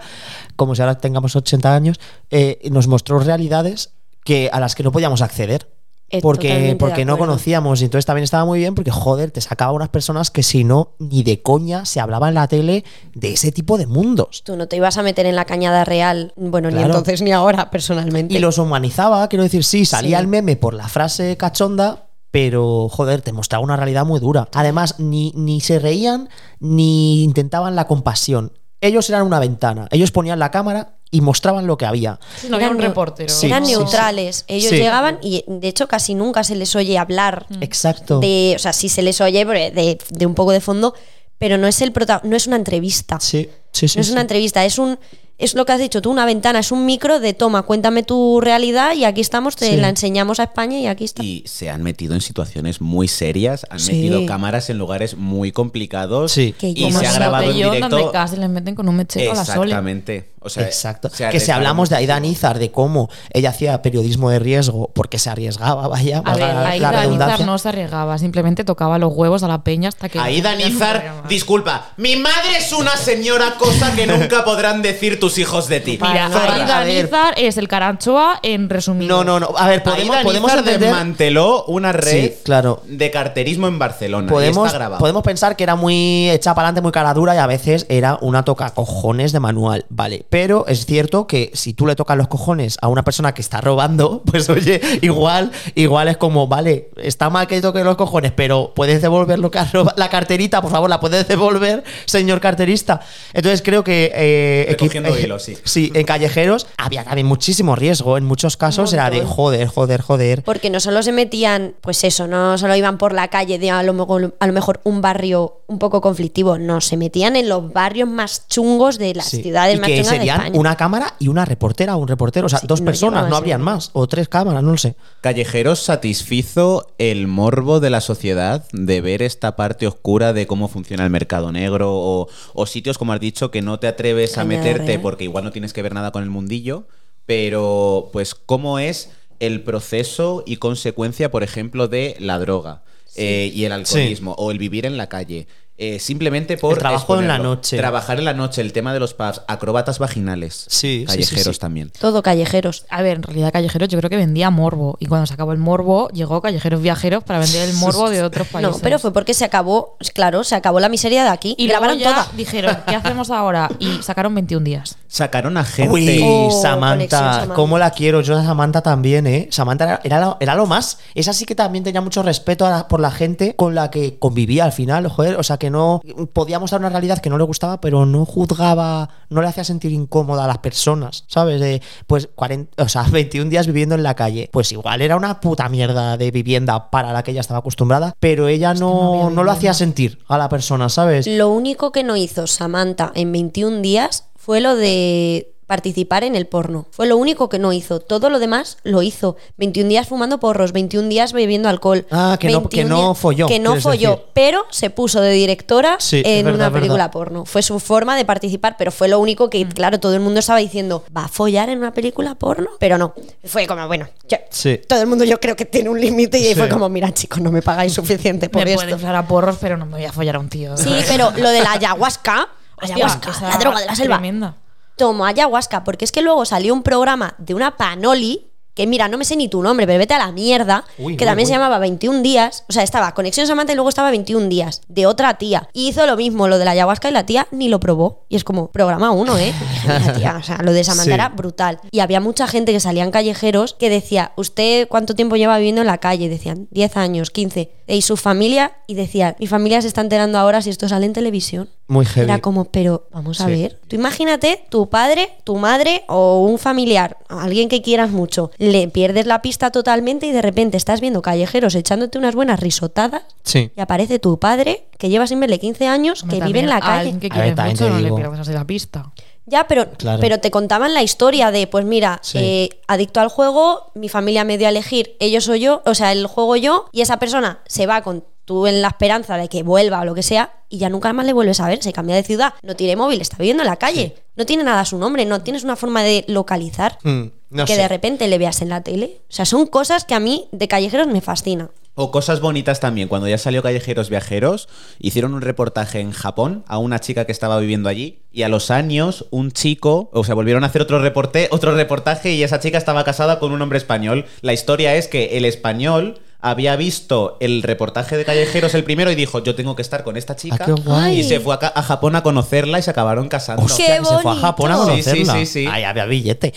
S4: como si ahora tengamos 80 años, eh, nos mostró realidades que, a las que no podíamos acceder.
S2: Eh, totalmente
S4: Porque,
S2: de
S4: porque no
S2: acuerdo.
S4: conocíamos, y entonces también estaba muy bien porque, joder, te sacaba unas personas que si no, ni de coña se hablaba en la tele de ese tipo de mundos.
S2: Tú no te ibas a meter en la cañada real, bueno, ni
S4: Claro.
S2: entonces ni ahora, personalmente.
S4: Y los humanizaba, quiero decir, sí, salía
S2: Sí.
S4: el meme por la frase cachonda, pero joder, te mostraba una realidad muy dura. Además, ni, ni se reían ni intentaban la compasión. Ellos eran una ventana, ellos ponían la cámara y mostraban lo que había.
S5: No había
S2: Eran
S5: un
S2: neu-
S5: reportero.
S4: Sí,
S2: eran
S4: sí, sí.
S2: neutrales. Ellos
S4: Sí.
S2: llegaban y, de hecho, casi nunca se les oye hablar
S4: Exacto.
S2: Mm. de, o sea, sí se les oye pero de, de un poco de fondo, pero no es el prota- no es una entrevista.
S4: Sí, sí, sí.
S2: no es una
S4: sí.
S2: entrevista, es un es lo que has dicho tú, una ventana, es un micro de toma, cuéntame tu realidad y aquí estamos, te
S4: Sí.
S2: la enseñamos a España y aquí está.
S3: Y se han metido en situaciones muy serias, han
S2: Sí.
S3: metido cámaras en lugares muy complicados
S4: Sí.
S2: Que
S3: y
S2: como
S3: se ha
S2: el
S3: grabado en
S5: donde
S3: directo.
S5: casi les meten con un mechero a la sole.
S3: Exactamente. O sea,
S4: Exacto.
S3: se
S4: que si
S3: arriesgaron
S4: hablamos de Aida
S3: muchísimo.
S4: Nizar, de cómo ella hacía periodismo de riesgo, porque se arriesgaba, vaya,
S5: A ver,
S4: valga la,
S5: ahí
S4: la redundancia.
S5: no se arriesgaba, simplemente tocaba los huevos a la peña hasta que.
S3: Aida Nizar, disculpa, mi madre es una señora cosa que nunca podrán decir tus hijos de ti.
S5: Mira,
S4: Zorra, a
S5: Aida
S4: ver.
S5: Nizar es el caranchoa en resumido.
S4: No, no, no. A ver, podemos,
S3: Aida
S4: podemos
S3: Nizar
S4: entender-
S3: desmanteló una red
S4: Sí, claro.
S3: de carterismo en Barcelona. y
S4: podemos,
S3: está grabado.
S4: podemos pensar que era muy hecha para adelante, muy cara dura y a veces era una toca cojones de manual, ¿vale? Pero es cierto que si tú le tocas los cojones a una persona que está robando, pues oye, igual, igual es como, vale, está mal que toque los cojones, pero puedes devolver lo que has robado. La carterita, por favor, la puedes devolver, señor carterista. Entonces creo que. eh, equi-
S3: Recogiendo hilo, sí.
S4: Sí, en callejeros había también muchísimo riesgo. En muchos casos era de joder, joder, joder.
S2: Porque no solo se metían, pues eso, no solo iban por la calle de a lo, mejor, a lo mejor un barrio un poco conflictivo, no, se metían en los barrios más chungos de las
S4: Sí.
S2: ciudades
S4: y
S2: más
S4: que
S2: chungas de
S4: serían
S2: España.
S4: una cámara y una reportera o un reportero. O sea,
S2: Sí,
S4: dos
S2: no
S4: personas,
S2: llegaban
S4: no
S2: a
S4: habrían
S2: ser.
S4: más. O tres cámaras, no lo sé.
S3: Callejeros satisfizo el morbo de la sociedad de ver esta parte oscura de cómo funciona el mercado negro o, o sitios, como has dicho, que no te atreves a
S2: Cañada
S3: meterte
S2: real.
S3: porque igual no tienes que ver nada con el mundillo, pero pues cómo es el proceso y consecuencia, por ejemplo, de la droga eh, y el alcoholismo o el vivir en la calle. Eh, simplemente por...
S4: El trabajo en la
S3: exponerlo.
S4: noche.
S3: Trabajar en la noche, el tema de los pubs, acróbatas vaginales.
S4: Sí, sí, sí,
S3: Callejeros
S4: sí.
S3: también.
S2: Todo callejeros.
S5: A ver, en realidad Callejeros yo creo que vendía morbo. Y cuando se acabó el morbo, llegó Callejeros Viajeros para vender el morbo de otros países.
S2: No, pero fue porque se acabó, claro, se acabó la miseria de aquí.
S5: Y luego
S2: grabaron
S5: ya
S2: toda.
S5: dijeron, ¿qué hacemos ahora? Y sacaron 21 días.
S3: Sacaron a gente...
S4: Uy,
S2: Oh, conexión
S4: Samantha,
S2: Samantha.
S4: cómo la quiero. Yo a Samantha también, ¿eh? Samantha era, era lo, era lo más. Esa sí que también tenía mucho respeto a la- por la gente con la que convivía al final, joder. O sea, que no podía mostrar una realidad que no le gustaba, pero no juzgaba, no le hacía sentir incómoda a las personas, ¿sabes? De, pues 40, o sea, 21 días viviendo en la calle. Pues igual era una puta mierda de vivienda para la que ella estaba acostumbrada, pero ella
S5: había
S4: no, no lo
S5: vivienda.
S4: hacía sentir a la persona, ¿sabes?
S2: Lo único que no hizo Samantha en 21 días fue lo de participar en el porno. Fue lo único que no hizo. Todo lo demás lo hizo. 21 días fumando porros, 21 días bebiendo alcohol.
S4: Ah, que no-
S2: 21
S4: que no
S2: días-
S4: folló,
S2: Que no
S4: quieres
S2: folló,
S4: decir.
S2: pero se puso de directora
S4: Sí, es
S2: en
S4: verdad,
S2: una
S4: es verdad.
S2: película porno. Fue su forma de participar, pero fue lo único que, claro, todo el mundo estaba diciendo, ¿va a follar en una película porno? Pero no. Fue como, bueno, yo-
S4: Sí.
S2: todo el mundo yo creo que tiene un límite y ahí
S4: Sí.
S2: fue como, mira, chicos, no me pagáis suficiente por
S5: Me puedo
S2: esto.
S5: inflar a porros, pero no me voy a follar a un tío.
S2: Sí, pero lo de la ayahuasca.
S5: Hostia,
S2: ayahuasca,
S5: esa
S2: la droga de la selva.
S5: Tremenda.
S2: Tomó ayahuasca, porque es que luego salió un programa de una panoli. Que mira, no me sé ni tu nombre, pero vete a la mierda.
S4: Uy,
S2: que
S4: uy,
S2: también se
S4: uy.
S2: llamaba 21 días. O sea, estaba Conexión Samantha y luego estaba 21 días. De otra tía. Y hizo lo mismo, lo de la ayahuasca y la tía ni lo probó. Y es como, programa uno, ¿eh? La tía, o sea, lo de Samantha
S4: Sí.
S2: era brutal. Y había mucha gente que salían callejeros que decía, ¿usted cuánto tiempo lleva viviendo en la calle? Decían, 10 años, 15. Y su familia, y decían, mi familia se está enterando ahora si esto sale en televisión.
S4: Muy heavy.
S2: Era como, pero vamos a
S4: Sí.
S2: ver. Tú imagínate tu padre, tu madre o un familiar, alguien que quieras mucho, le pierdes la pista totalmente y de repente estás viendo callejeros echándote unas buenas risotadas
S4: Sí.
S2: y aparece tu padre que lleva sin verle 15 años,
S5: Hombre,
S2: que vive en
S5: también
S2: la
S5: a
S2: calle.
S5: alguien que
S4: A ver,
S5: quieres
S4: también
S5: mucho
S4: te
S5: no le
S4: digo.
S5: pierdas así la pista.
S2: Ya, pero,
S4: Claro.
S2: pero te contaban la historia de, pues mira,
S4: Sí.
S2: eh, adicto al juego, mi familia me dio a elegir, ellos o yo, o sea, el juego yo, y esa persona se va con tú en la esperanza de que vuelva o lo que sea, y ya nunca más le vuelves a ver, se cambia de ciudad, no tiene móvil, está viviendo en la calle, no tiene nada a su nombre, no tienes una forma de localizar
S4: Mm, no
S2: que
S4: sé.
S2: de repente le veas en la tele. O sea, son cosas que a mí de callejeros me fascinan.
S3: O cosas bonitas también. Cuando ya salió Callejeros Viajeros, hicieron un reportaje en Japón a una chica que estaba viviendo allí. Y a los años, un chico, o sea, volvieron a hacer otro, reporte, otro reportaje y esa chica estaba casada con un hombre español. La historia es que el español había visto el reportaje de Callejeros el primero y dijo, yo tengo que estar con esta chica.
S4: Ah, qué guay.
S3: Y se fue a, ca- a Japón a conocerla y se acabaron casando.
S2: Hostia,
S4: que se fue a
S2: bonito.
S4: Japón a
S3: Sí, sí,
S4: conocerla.
S3: sí, sí.
S4: Ahí había billete.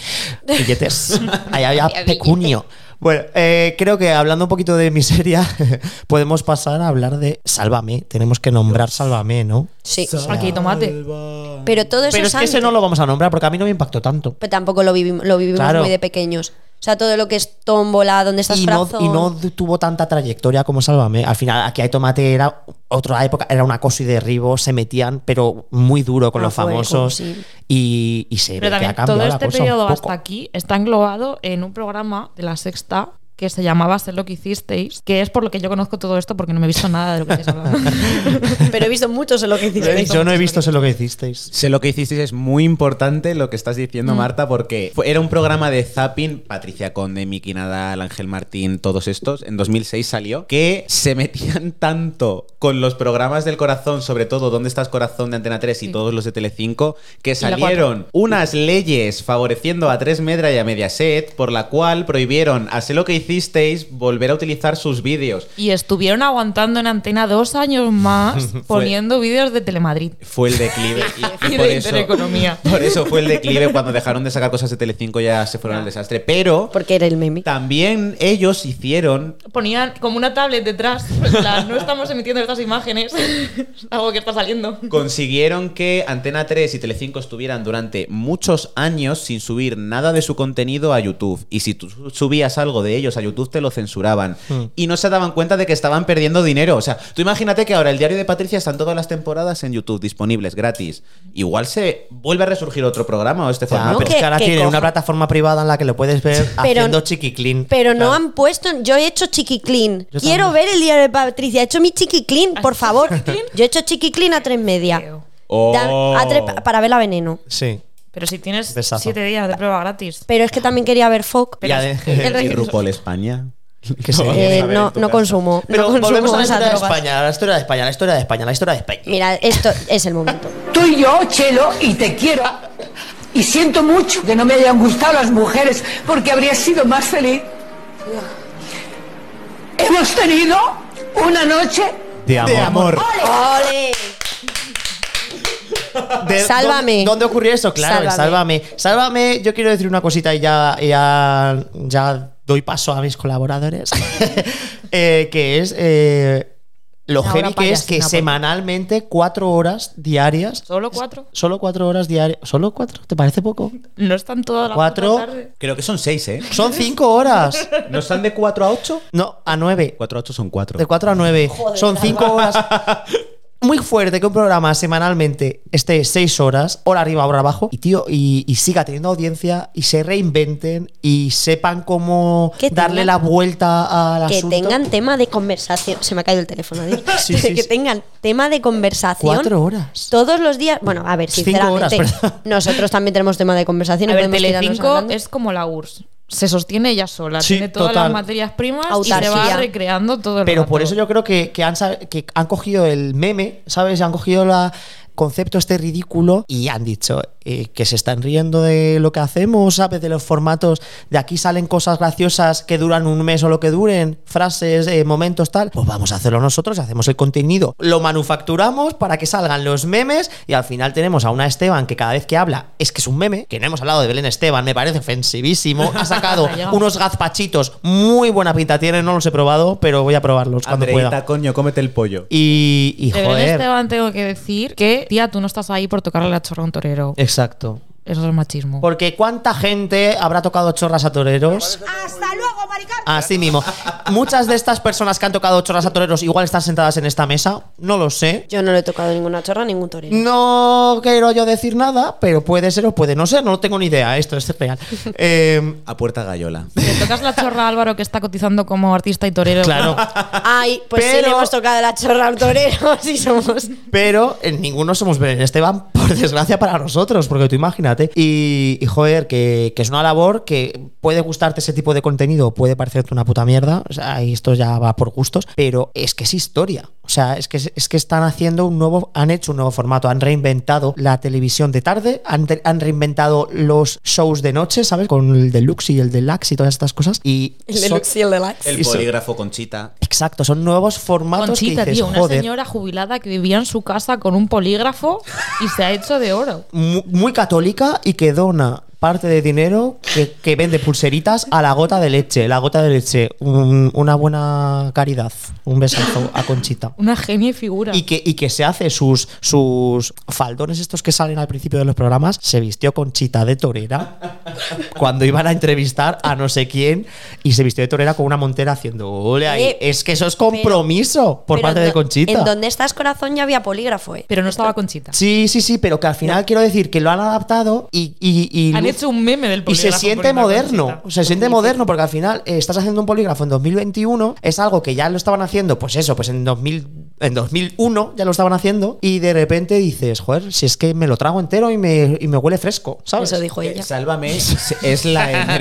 S4: Billetes. Ahí había
S2: Había
S4: pecunio. Bueno, eh, creo que hablando un poquito de miseria, podemos pasar a hablar de Sálvame. Tenemos que nombrar Sálvame, ¿no?
S2: Sí.
S5: Aquí hay tomate.
S2: Pero todo eso
S4: Pero es que ese
S2: antes.
S4: no lo vamos a nombrar porque a mí no me impactó tanto.
S2: Pero tampoco lo vivimos, lo vivimos
S4: Claro.
S2: muy de pequeños. O sea, todo lo que es tómbola, donde estás
S4: Y no,
S2: frazón.
S4: y no tuvo tanta trayectoria como Sálvame. Al final, aquí hay tomate, era otra época, era un acoso y derribo, se metían, pero muy duro con
S2: Ah,
S4: los
S2: fue, como
S4: famosos.
S2: sí.
S4: Y, y se
S5: Pero
S4: ve Eh, que ha
S5: también
S4: cambiado
S5: todo
S4: la
S5: este
S4: cosa un
S5: periodo
S4: poco.
S5: hasta aquí está englobado en un programa de la sexta que se llamaba Ser lo que hicisteis, que es por lo que yo conozco todo esto porque no me he visto nada de lo que estáis hablando.
S2: Pero he visto muchos en lo que hicisteis.
S4: Yo no he visto sé lo que hicisteis.
S3: Sé lo que hicisteis, es muy importante lo que estás diciendo,
S5: Mm.
S3: Marta, porque fue- era un programa de zapping, Patricia Conde, Miki Nadal, Ángel Martín, todos estos, en 2006 salió, que se metían tanto con los programas del corazón, sobre todo Dónde estás corazón de Antena 3 y
S5: Sí.
S3: todos los de Telecinco, que
S5: la cuatro.
S3: salieron unas leyes favoreciendo a Tres Medra y a Mediaset, por la cual prohibieron a Sé lo que hicisteis volver a utilizar sus vídeos.
S5: Y estuvieron aguantando en antena dos años más poniendo vídeos de Telemadrid
S3: Fue el declive.
S5: y
S3: y por
S5: de
S3: eso-
S5: Intereconomía.
S3: Por eso fue el declive cuando dejaron de sacar cosas de Telecinco ya se fueron al desastre. Pero
S2: Porque era el meme.
S3: también ellos hicieron
S5: Ponían como una tablet detrás, en plan, no estamos emitiendo estas imágenes, es algo que está saliendo.
S3: consiguieron que Antena 3 y Telecinco estuvieran durante muchos años sin subir nada de su contenido a YouTube y si tú subías algo de ellos a YouTube te lo censuraban
S5: Hmm.
S3: y no se daban cuenta de que estaban perdiendo dinero o sea tú imagínate que ahora el diario de Patricia están todas las temporadas en YouTube disponibles gratis igual se vuelve a resurgir otro programa o este
S4: Ya,
S3: formato
S4: pero es
S2: que-
S4: que ahora
S2: que
S4: tienen
S2: coja.
S4: una plataforma privada en la que lo puedes ver
S2: Pero-
S4: haciendo chiquiclin.
S2: Pero no han puesto. Yo he hecho chiqui clean.
S4: Yo
S2: Quiero
S4: también.
S2: ver el diario de Patricia. He hecho mi chiqui clean, por
S5: hecho
S2: favor.
S5: chiqui clean?
S2: Yo he hecho chiqui clean a tres media.
S3: Oh.
S2: Da- a tres- pa- para ver la veneno.
S4: Sí.
S5: Pero si tienes
S4: Besazo.
S5: siete días de prueba gratis.
S2: Pero es que también quería ver Fox.
S4: Ya de-
S3: y RuPaul España
S4: que se-
S2: Eh, no, no consumo.
S4: Pero
S2: no consumo
S4: volvemos a la
S2: esas
S4: historia de
S2: drogas.
S4: España, a la historia de España, a la historia de España, a la historia de España.
S2: Mira, esto es el momento.
S9: Tú y yo, Chelo, y te quiero. Y siento mucho que no me hayan gustado las mujeres, porque habría sido más feliz. Hemos tenido una noche.
S4: De amor.
S2: ¡Ole!
S4: De-
S2: Sálvame.
S4: ¿Dónde, dónde ocurrió eso? Claro, en
S2: Sálvame.
S4: sálvame. sálvame. yo quiero decir una cosita y ya, ya, ya doy paso a mis colaboradores. Eh, que es. eh, Lo
S5: Una
S4: heavy
S5: hora
S4: que es que
S5: payasina, por-
S4: semanalmente cuatro horas diarias.
S5: ¿Solo cuatro?
S4: Solo cuatro horas diarias. ¿Solo cuatro? ¿Te parece poco?
S5: No están todas las
S4: Cuatro.
S5: tarde.
S3: Creo que son seis, ¿eh?
S4: Son cinco horas.
S3: ¿No están de 4 a 8?
S4: No, a nueve.
S3: 4 a 8 son 4.
S4: De 4 a 9. Son 5 horas. Muy fuerte que un programa semanalmente esté 6 horas, hora arriba, hora abajo, y tío, y, y siga teniendo audiencia, y se reinventen, y sepan cómo
S2: Que
S4: darle
S2: tengan-
S4: la vuelta al
S2: Que
S4: asunto.
S2: tengan tema de conversación. Se me ha caído el teléfono. Adri.
S4: Sí, sí,
S2: que
S4: sí.
S2: tengan tema de conversación.
S4: Cuatro horas.
S2: Todos los días. Bueno, a ver,
S4: Cinco
S2: sinceramente.
S4: horas, perdón.
S2: nosotros también tenemos tema de conversación.
S5: A
S2: y
S5: ver,
S2: podemos tirarnos
S5: Telecinco
S2: hablando.
S5: es como la URSS. Se sostiene ella sola,
S4: Sí,
S5: tiene todas
S4: total.
S5: las materias primas y se
S2: Autarquía.
S5: va recreando todo el
S4: Pero
S5: rato.
S4: por eso yo creo que, que han, sa- que han cogido el meme, ¿sabes? Han cogido el concepto este ridículo y han dicho eh, que se están riendo de lo que hacemos, ¿sabes? De los formatos, de aquí salen cosas graciosas que duran un mes o lo que duren, frases, eh, momentos, tal. Pues vamos a hacerlo nosotros, hacemos el contenido, lo manufacturamos para que salgan los memes y al final tenemos a una Esteban que cada vez que habla es que es un meme, que no hemos hablado de Belén Esteban, me parece ofensivísimo, ha sacado
S5: Vaya.
S4: unos gazpachitos muy buena pinta tienen, no los he probado, pero voy a probarlos cuando
S3: Andreita,
S4: pueda.
S3: coño, cómete el pollo.
S4: Y, y
S5: De Belén
S4: joder.
S5: Esteban tengo que decir que, tía, tú no estás ahí por tocarle la chorra a un torero.
S4: Eh. Exacto.
S5: Eso es machismo.
S4: Porque cuánta gente habrá tocado chorras a toreros.
S8: Hasta luego, maricón.
S4: Así mismo. Muchas de estas personas que han tocado chorras a toreros igual están sentadas en esta mesa. No lo sé.
S2: Yo no le he tocado ninguna chorra, ningún torero.
S4: Mm. No quiero yo decir nada, pero puede ser o puede no ser. No tengo ni idea. Esto es real. Eh,
S3: A puerta gallola.
S5: Le tocas la chorra a Álvaro que está cotizando como artista y torero.
S4: claro.
S2: Ay, pues sí
S4: Pero-
S2: le hemos tocado la chorra al torero. Así somos.
S4: Pero eh, ninguno somos Belén Esteban, por desgracia para nosotros, porque tú imagínate. Y, y, joder, que, que es una labor que puede gustarte ese tipo de contenido, puede parecerte una puta mierda, o sea, y esto ya va por gustos, pero es que es historia. O sea, es que, es que están haciendo un nuevo, han hecho un nuevo formato, han reinventado la televisión de tarde, han, re- han reinventado los shows de noche, ¿sabes? Con el deluxe y el deluxe y todas estas cosas. Y
S2: El
S4: son-
S2: deluxe y el deluxe.
S3: El
S4: Eso.
S3: polígrafo conchita.
S4: exacto, son nuevos formatos
S5: Conchita,
S4: que dices,
S5: tío, una
S4: joder.
S5: señora jubilada que vivía en su casa con un polígrafo y se ha hecho de oro.
S4: mu- muy católica y que dona parte de dinero que, que vende pulseritas a la gota de leche. La gota de leche, un- una buena caridad. Un besazo a Conchita.
S5: Una genia y figura.
S4: Y que, y que se hace sus, sus faldones estos que salen al principio de los programas, se vistió Conchita de torera cuando iban a entrevistar a no sé quién y se vistió de torera con una montera haciendo ole ahí.
S2: Eh,
S4: es que eso es compromiso por
S2: Pero
S4: parte
S2: en
S4: de
S2: do-
S4: Conchita.
S2: En donde estás corazón ya había polígrafo, eh.
S5: Pero no estaba Conchita.
S4: Sí, sí, sí, pero que al final quiero decir que lo han adaptado y, y, y
S5: Han
S4: lu-
S5: hecho un meme del
S4: y
S5: polígrafo.
S4: se siente
S5: poniendo a
S4: moderno,
S5: Conchita.
S4: se siente moderno porque al final eh, estás haciendo un polígrafo en 2021, es algo que ya lo estaban haciendo, pues eso, pues en 2000, en 2001 ya lo estaban haciendo y de repente dices, joder, si es que me lo trago entero y me, y me huele fresco, ¿sabes?
S2: Eso dijo ella.
S3: Eh, Sálvame es es la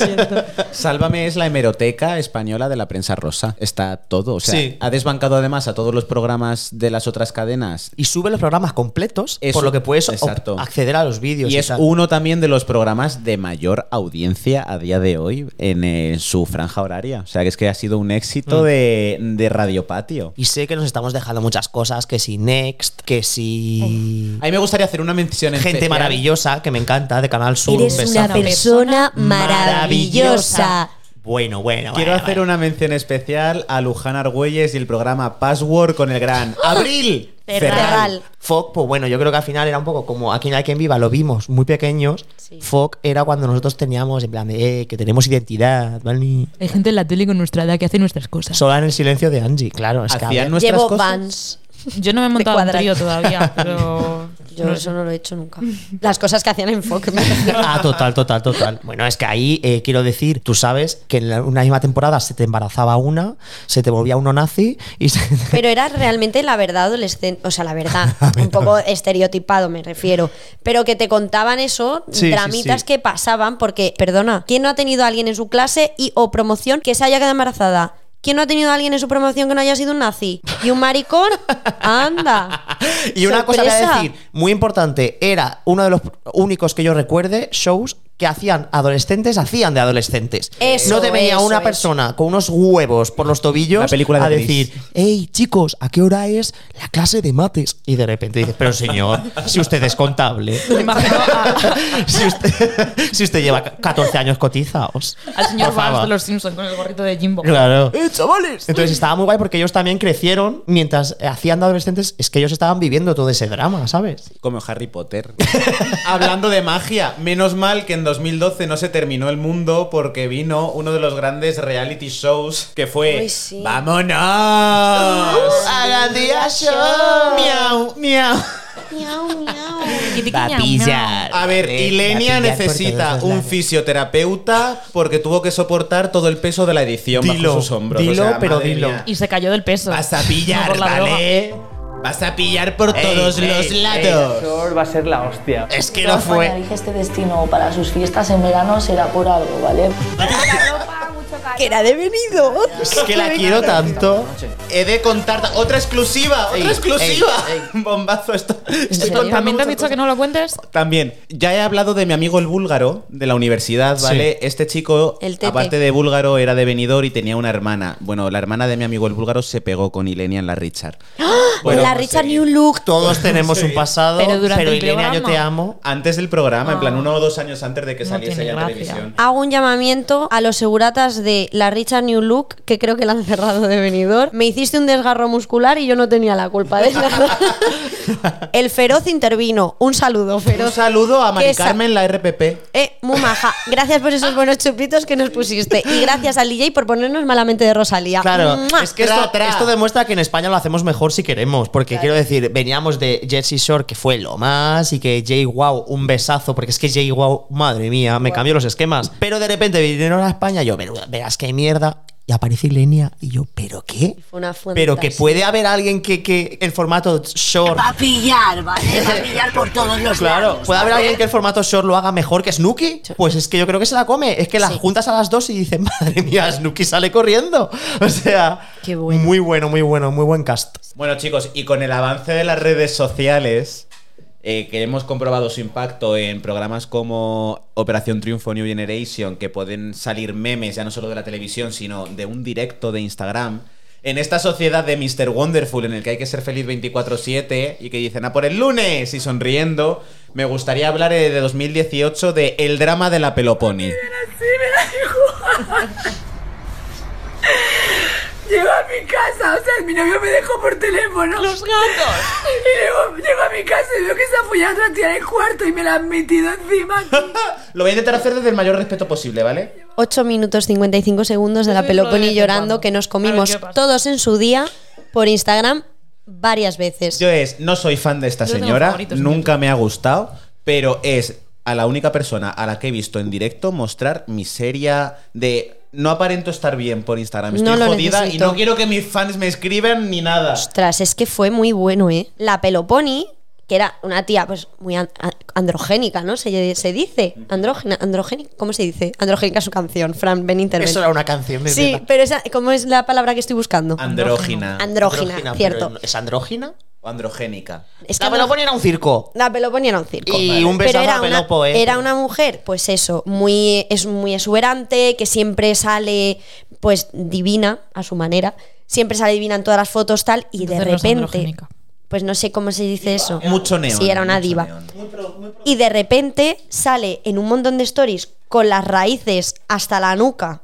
S3: hemero- Sálvame es la hemeroteca española de la prensa rosa. Está todo. O sea,
S4: Sí.
S3: ha desbancado además a todos los programas de las otras cadenas.
S4: Y sube los programas completos,
S3: Eso,
S4: por lo que puedes o-
S3: exacto.
S4: acceder a los vídeos.
S3: Y es
S4: tal.
S3: uno también de los programas de mayor audiencia a día de hoy en eh, su franja horaria. O sea, que es que ha sido un éxito de, de Radio Patio.
S4: Y sé que nos estamos dejando muchas cosas, que si Next, que si...
S3: A mí me gustaría hacer una mención en
S4: Gente
S3: especial.
S4: maravillosa, que me encanta, de Canal Sur.
S2: Eres una
S4: un besazo.
S2: persona
S4: Maravillosa.
S2: maravillosa.
S4: Bueno, bueno.
S3: Quiero
S4: bueno,
S3: hacer
S4: bueno.
S3: una mención especial a Luján Argüelles y el programa Password con el gran Abril
S2: Ferral.
S4: Fog, pues bueno, yo creo que al final era un poco como aquí en Hay Quien Viva, lo vimos muy pequeños. Fog era cuando nosotros teníamos, en plan, de, eh, que tenemos identidad, ¿vale?
S5: Hay gente en la tele con nuestra edad que hace nuestras cosas.
S4: Sola en el silencio de Angie, claro. Es que a
S3: Hacían
S4: ver.
S3: nuestras
S2: Llevo
S3: cosas.
S2: vans.
S5: Yo no me he montado un
S2: cuadra.
S5: trío todavía, pero.
S2: Yo eso no lo he hecho nunca. Las cosas que hacían en Fox. me refiero.
S4: Ah, total, total, total. Bueno, es que ahí eh, quiero decir, tú sabes que en la- una misma temporada se te embarazaba una, se te volvía uno nazi y se te-
S2: Pero era realmente la verdad adolescente, o sea, la verdad, un poco estereotipado me refiero, pero que te contaban eso,
S4: Sí, sí,
S2: dramitas
S4: sí.
S2: que pasaban, porque, perdona, ¿quién no ha tenido a alguien en su clase y o promoción que se haya quedado embarazada? ¿Quién no ha tenido a alguien en su promoción que no haya sido un nazi? ¿Y un maricón? ¡Anda!
S4: Y una cosa que
S2: Sorpresa.
S4: decir, muy importante, era uno de los únicos que yo recuerde shows que hacían adolescentes, hacían de adolescentes.
S2: Eso,
S4: no te venía
S2: eso,
S4: una
S2: eso.
S4: persona con unos huevos por los tobillos
S3: La película de
S4: a
S3: Gris.
S4: decir, hey chicos, ¿a qué hora es la clase de mates? Y de repente dices, pero señor, si usted es contable,
S5: Me imagino a-
S4: si, usted, si usted lleva 14 años cotizados.
S5: al señor
S4: Por favor.
S5: Barnes de los Simpsons con el gorrito de Jimbo.
S4: Claro.
S3: Eh,
S4: Entonces estaba muy guay porque ellos también crecieron mientras eh, hacían de adolescentes, es que ellos estaban viviendo todo ese drama, ¿sabes?
S3: Como Harry Potter. Hablando de magia, menos mal que en 2012 no se terminó el mundo porque vino uno de los grandes reality shows que fue
S2: Uy, sí.
S5: Uh,
S3: ¡Vámonos!
S4: Agandía Show.
S3: ¡Miau, miau!
S8: Miau, miau.
S3: A
S4: Eh,
S3: ver, Ilenia necesita un fisioterapeuta porque tuvo que soportar todo el peso de la edición
S4: Dilo,
S3: bajo sus hombros.
S4: dilo,
S3: O sea,
S4: pero
S3: madre
S4: dilo.
S3: mía.
S5: Y se cayó del peso.
S3: Vas a
S5: No
S3: pillar,
S5: por la droga.
S3: ¿vale? Vas a pillar por todos los lados.
S10: va a ser la hostia.
S4: Es que no fue.
S9: Elige este destino para sus fiestas en verano será por algo, ¿vale?
S2: Que era devenido.
S4: Es que la quiero tanto.
S3: He de contar ta- otra exclusiva, otra
S4: Ey,
S3: exclusiva. Bombazo esto. Estoy
S5: ¿También te
S3: contando
S5: han
S3: muchas
S5: dicho que
S3: cosas.
S5: no lo cuentes?
S3: También, ya he hablado de mi amigo el búlgaro de la universidad, ¿vale? Este chico,
S2: El tete.
S3: aparte de búlgaro, era de venidor y tenía una hermana. Bueno, la hermana de mi amigo el búlgaro se pegó con Ilenia en la Richard. Bueno,
S2: la
S3: pues,
S2: Richard
S3: eh,
S2: New Look.
S4: Todos tenemos un pasado,
S5: Pero
S4: pero,
S5: durante el
S4: Ilenia, yo te
S5: programa.
S4: amo.
S3: Antes del programa, en plan uno o dos años antes de que
S5: Ah. No
S3: saliese
S5: tiene
S3: ya a
S5: gracia.
S3: televisión.
S2: Hago un llamamiento a los seguratas de la Richard New Look, que creo que la han cerrado de venidor. Me hiciste un desgarro muscular y yo no tenía la culpa de nada. El feroz intervino. Un saludo,
S3: Un
S2: feroz.
S3: saludo a
S2: Que
S3: Mari
S2: esa-
S3: Carmen, la RPP.
S2: Eh, muy maja. Gracias por esos buenos chupitos que nos pusiste. Y gracias al DJ por ponernos malamente de Rosalía.
S4: Claro,
S2: ¡Mua!
S4: es que esto,
S3: Mm, Tra, tra.
S4: esto demuestra que en España lo hacemos mejor si queremos, porque quiero decir, veníamos de Jersey Shore, que fue lo más, y que Jay Wow, un besazo, porque es que Jay Wow, madre mía, me cambió los esquemas. Pero de repente vinieron a España, yo, "Pero verás qué mierda, y aparece Ilenia, y yo, ¿pero qué?
S2: Fue una fuente.
S4: Pero que puede haber alguien que, que en formato short.
S9: Va a pillar, ¿vale? Va a pillar por todos los
S4: Claro,
S9: lados.
S4: ¿puede haber alguien que el formato short lo haga mejor que Snooki? Pues es que yo creo que se la come. Es que las juntas a las dos y dicen, madre mía, Snooki sale corriendo. O sea,
S2: Qué bueno.
S4: muy bueno, muy bueno, muy buen cast.
S3: Bueno, chicos, y con el avance de las redes sociales, eh, que hemos comprobado su impacto en programas como Operación Triunfo New Generation, que pueden salir memes ya no solo de la televisión, sino de un directo de Instagram. En esta sociedad de Mr. Wonderful, en el que hay que ser feliz 24-7 y que dicen, a por el lunes y sonriendo, me gustaría hablar eh, de 2018 de El drama de la Peloponi.
S9: Llego a mi casa, o sea, mi novio me dejó por teléfono. ¡Los gatos! Y luego llego a mi casa y veo que se ha follado otra tía en el cuarto y me la han metido encima.
S3: Lo voy a intentar hacer desde el mayor respeto posible, ¿vale?
S2: 8 minutos 55 segundos de la
S5: Eso es lo de
S2: Peloponi
S5: vez en
S2: llorando
S5: cuando.
S2: que nos
S5: A
S2: comimos
S5: ver qué pasa.
S2: todos en su día por Instagram varias veces.
S3: Yo es, no soy fan de esta
S5: Yo tengo
S3: señora,
S5: favoritos en
S3: nunca me ha gustado, pero es a la única persona a la que he visto en directo mostrar miseria de no aparento estar bien por Instagram,
S2: No
S3: estoy
S2: lo
S3: jodida
S2: necesito.
S3: y no quiero que mis fans me escriban ni nada.
S2: Ostras, es que fue muy bueno, ¿eh? La Peloponi, que era una tía pues muy an- a- androgénica, ¿no? Se, se dice. Andrógena, androgénica, ¿cómo se dice? Androgénica su canción, Fran, ven interven.
S4: Eso era una canción de
S2: Sí,
S4: Violeta.
S2: pero esa, ¿cómo es la palabra que estoy buscando?
S3: Andrógina
S2: Andrógina,
S4: pero
S2: cierto.
S4: ¿Es andrógina?
S3: o androgénica.
S2: Es que
S4: La
S2: andro-
S4: Peloponi era un circo.
S2: La Peloponi era un circo.
S4: Y un besazo
S2: Pero era
S4: a Pelopo,
S2: una,
S4: ¿eh?
S2: Era una mujer, pues eso, muy, es muy exuberante, que siempre sale, pues, divina, a su manera. Siempre sale divina en todas las fotos, tal, y de
S5: Entonces no es
S2: repente.
S5: androgénica.
S2: Pues no sé cómo se dice eso.
S3: Mucho neón.
S2: Sí, era una
S3: mucho
S2: diva.
S3: neón.
S2: Y de repente sale en un montón de stories con las raíces hasta la nuca,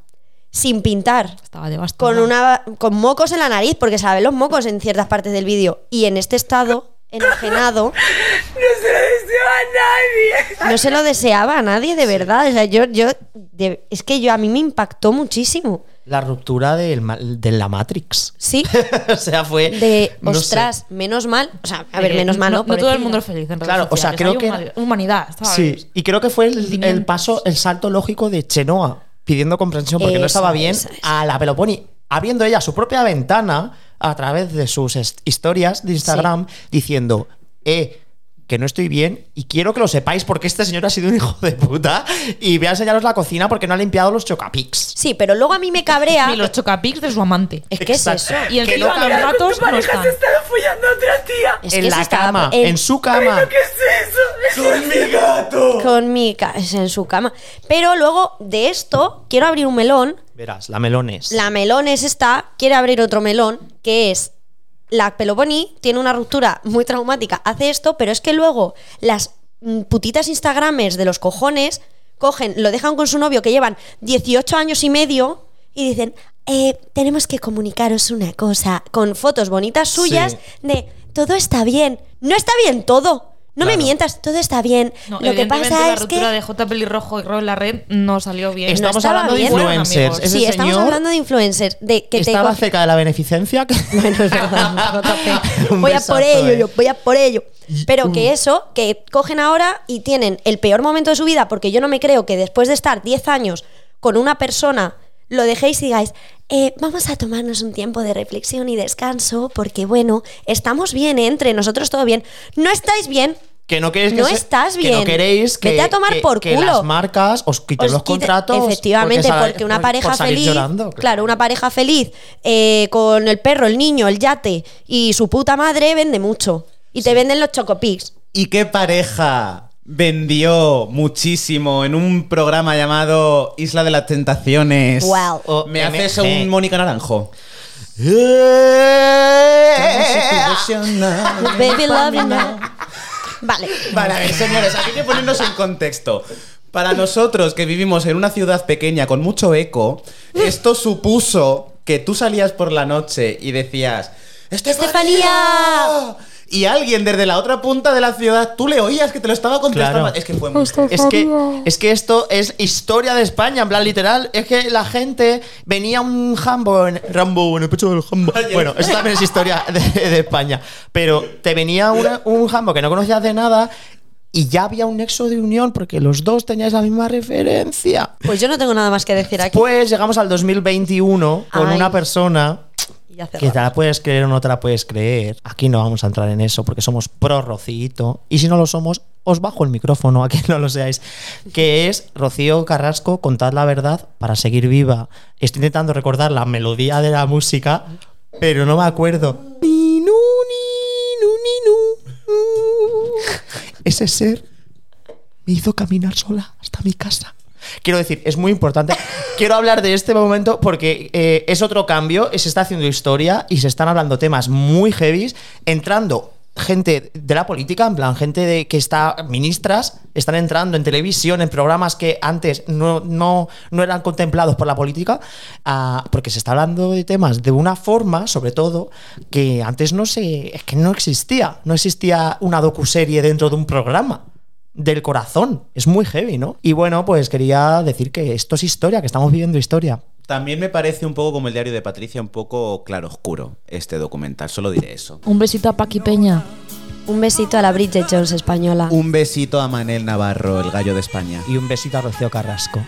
S2: sin pintar,
S5: Estaba devastada.
S2: con, una, con mocos en la nariz, porque se la ven los mocos en ciertas partes del vídeo. Y en este estado, enajenado. No se lo deseaba a nadie. No se lo deseaba a nadie, de verdad. O sea, yo, yo, de- es que yo a mí me impactó muchísimo.
S4: La ruptura del ma- de la Matrix.
S2: Sí.
S4: o sea, fue.
S2: De,
S4: no sé.
S2: ostras, menos mal. O sea, a ver,
S5: Eh,
S2: menos mal, ¿no?
S5: No, no todo el
S2: Pobrecita.
S5: mundo es feliz en redes
S4: Claro, o sea,
S5: sociales.
S4: creo
S5: Hay
S4: que
S5: huma-
S4: era-
S5: humanidad, ¿sabes?
S4: Sí, y creo que fue el, el paso, el salto lógico de Chenoa pidiendo comprensión porque no
S2: Esa,
S4: estaba bien
S2: esa, esa.
S4: a la Peloponi, abriendo ella su propia ventana a través de sus est- historias de Instagram diciendo, eh, que no estoy bien y quiero que lo sepáis porque este señor ha sido un hijo de puta y voy a enseñaros la cocina porque no ha limpiado los chocapics.
S2: Sí, pero luego a mí me cabrea.
S5: Ni los chocapics de su amante.
S2: Es que es eso.
S5: Y
S4: Que no
S5: encima los
S9: Claro,
S5: ratos
S9: tu
S5: no
S9: pareja
S5: están.
S9: se estaba follando a otra tía.
S2: Es que
S4: en
S2: se
S4: la
S2: está-
S4: cama,
S2: el-
S4: en su cama.
S9: ¿Qué es eso?
S6: ¡Con mi gato!
S2: Con mi ca- es en su cama. Pero luego de esto quiero abrir un melón.
S4: Verás, la melones.
S2: La melón es esta, quiere abrir otro melón, que es la Peloponi tiene una ruptura muy traumática, hace esto, pero es que luego las mm, putitas instagrames de los cojones cogen, lo dejan con su novio que llevan 18 años y medio y dicen, "Eh, tenemos que comunicaros una cosa, con fotos bonitas suyas de todo está bien, no está bien todo. No me mientas, todo está bien.
S5: No,
S2: lo que
S5: evidentemente
S2: pasa
S5: la
S2: es que
S5: ruptura de J. Pelirrojo y Rob la red no salió bien.
S2: Estamos
S5: No estaba
S2: hablando de
S5: bien. Fueron
S4: influencers.
S5: amigos.
S4: ese
S2: sí, estamos
S4: señor
S2: hablando de influencers, de que te
S4: Estaba
S2: cogen-
S4: cerca de la beneficencia. que-
S2: Bueno, es verdad.
S4: Un
S2: voy a
S4: besazo,
S2: por ello,
S4: eh.
S2: yo voy a por ello. Pero que eso, que cogen ahora y tienen el peor momento de su vida, porque yo no me creo que después de estar 10 años con una persona lo dejéis y digáis, "Eh, vamos a tomarnos un tiempo de reflexión y descanso, porque bueno, estamos bien ¿eh? entre nosotros, todo bien. No estáis bien.
S4: Que no queréis que
S2: No
S4: se-
S2: estás
S4: Que no
S2: bien.
S4: queréis que,
S2: Vete a tomar
S4: que-
S2: por
S4: que
S2: culo.
S4: las marcas os quiten
S2: Os
S4: los
S2: quite-
S4: contratos.
S2: Efectivamente, porque,
S4: sal-
S2: una
S4: por-
S2: pareja
S4: por salir
S2: feliz.
S4: llorando,
S2: claro. una pareja feliz eh, con el perro, el niño, el yate y su puta madre vende mucho. Y te venden los chocopics.
S3: ¿Y qué pareja vendió muchísimo en un programa llamado Isla de las Tentaciones?
S2: Wow.
S4: O
S3: ¿Me
S4: MG.
S3: haces un Mónica Naranjo? Eh.
S2: Baby love you now. Vale.
S3: Vale, a ver, señores, aquí hay que ponernos en contexto. Para nosotros que vivimos en una ciudad pequeña con mucho eco, esto supuso que tú salías por la noche y decías, ¡Estefanía!
S2: ¡Estefanía!
S3: Y alguien desde la otra punta de la ciudad, tú le oías que te lo estaba contestando.
S4: Claro.
S3: Es que fue muy...
S4: Es que, Eh, es que esto es historia de España, en plan literal. Es que la gente venía un jambo en, Rambo en el pecho del jambo. Bueno, esto también es historia de, de España. Pero te venía una- un jambo que no conocías de nada y ya había un nexo de unión porque los dos teníais la misma referencia.
S2: Pues yo no tengo nada más que decir aquí.
S4: Pues llegamos al 2021 con
S2: Ay.
S4: una persona
S2: Y ya
S4: que
S2: cerramos.
S4: te la puedes creer o no te la puedes creer. Aquí no vamos a entrar en eso porque somos pro Rocito. Y si no lo somos, os bajo el micrófono a que no lo seáis. Que es Rocío Carrasco, contad la verdad para seguir viva. Estoy intentando recordar la melodía de la música, pero no me acuerdo. Ni, nu, ni, nu, ni, nu. Ese ser me hizo caminar sola hasta mi casa. Quiero decir, es muy importante. Quiero hablar de este momento porque eh, es otro cambio, se está haciendo historia y se están hablando temas muy heavy, entrando gente de la política, en plan, gente de, que está, ministras, están entrando en televisión, en programas que antes no, no, no eran contemplados por la política, ah, porque se está hablando de temas de una forma, sobre todo, que antes no se, es que no existía, no existía una docuserie dentro de un programa del corazón. Es muy heavy, ¿no? Y bueno, pues quería decir que esto es historia, que estamos viviendo historia.
S3: También me parece un poco como el diario de Patricia, un poco claroscuro este documental, solo diré eso.
S5: Un besito a Paqui Peña.
S2: Un besito a la Bridget Jones española.
S3: Un besito a Manel Navarro, el gallo de España.
S4: Y un besito a Rocío Carrasco.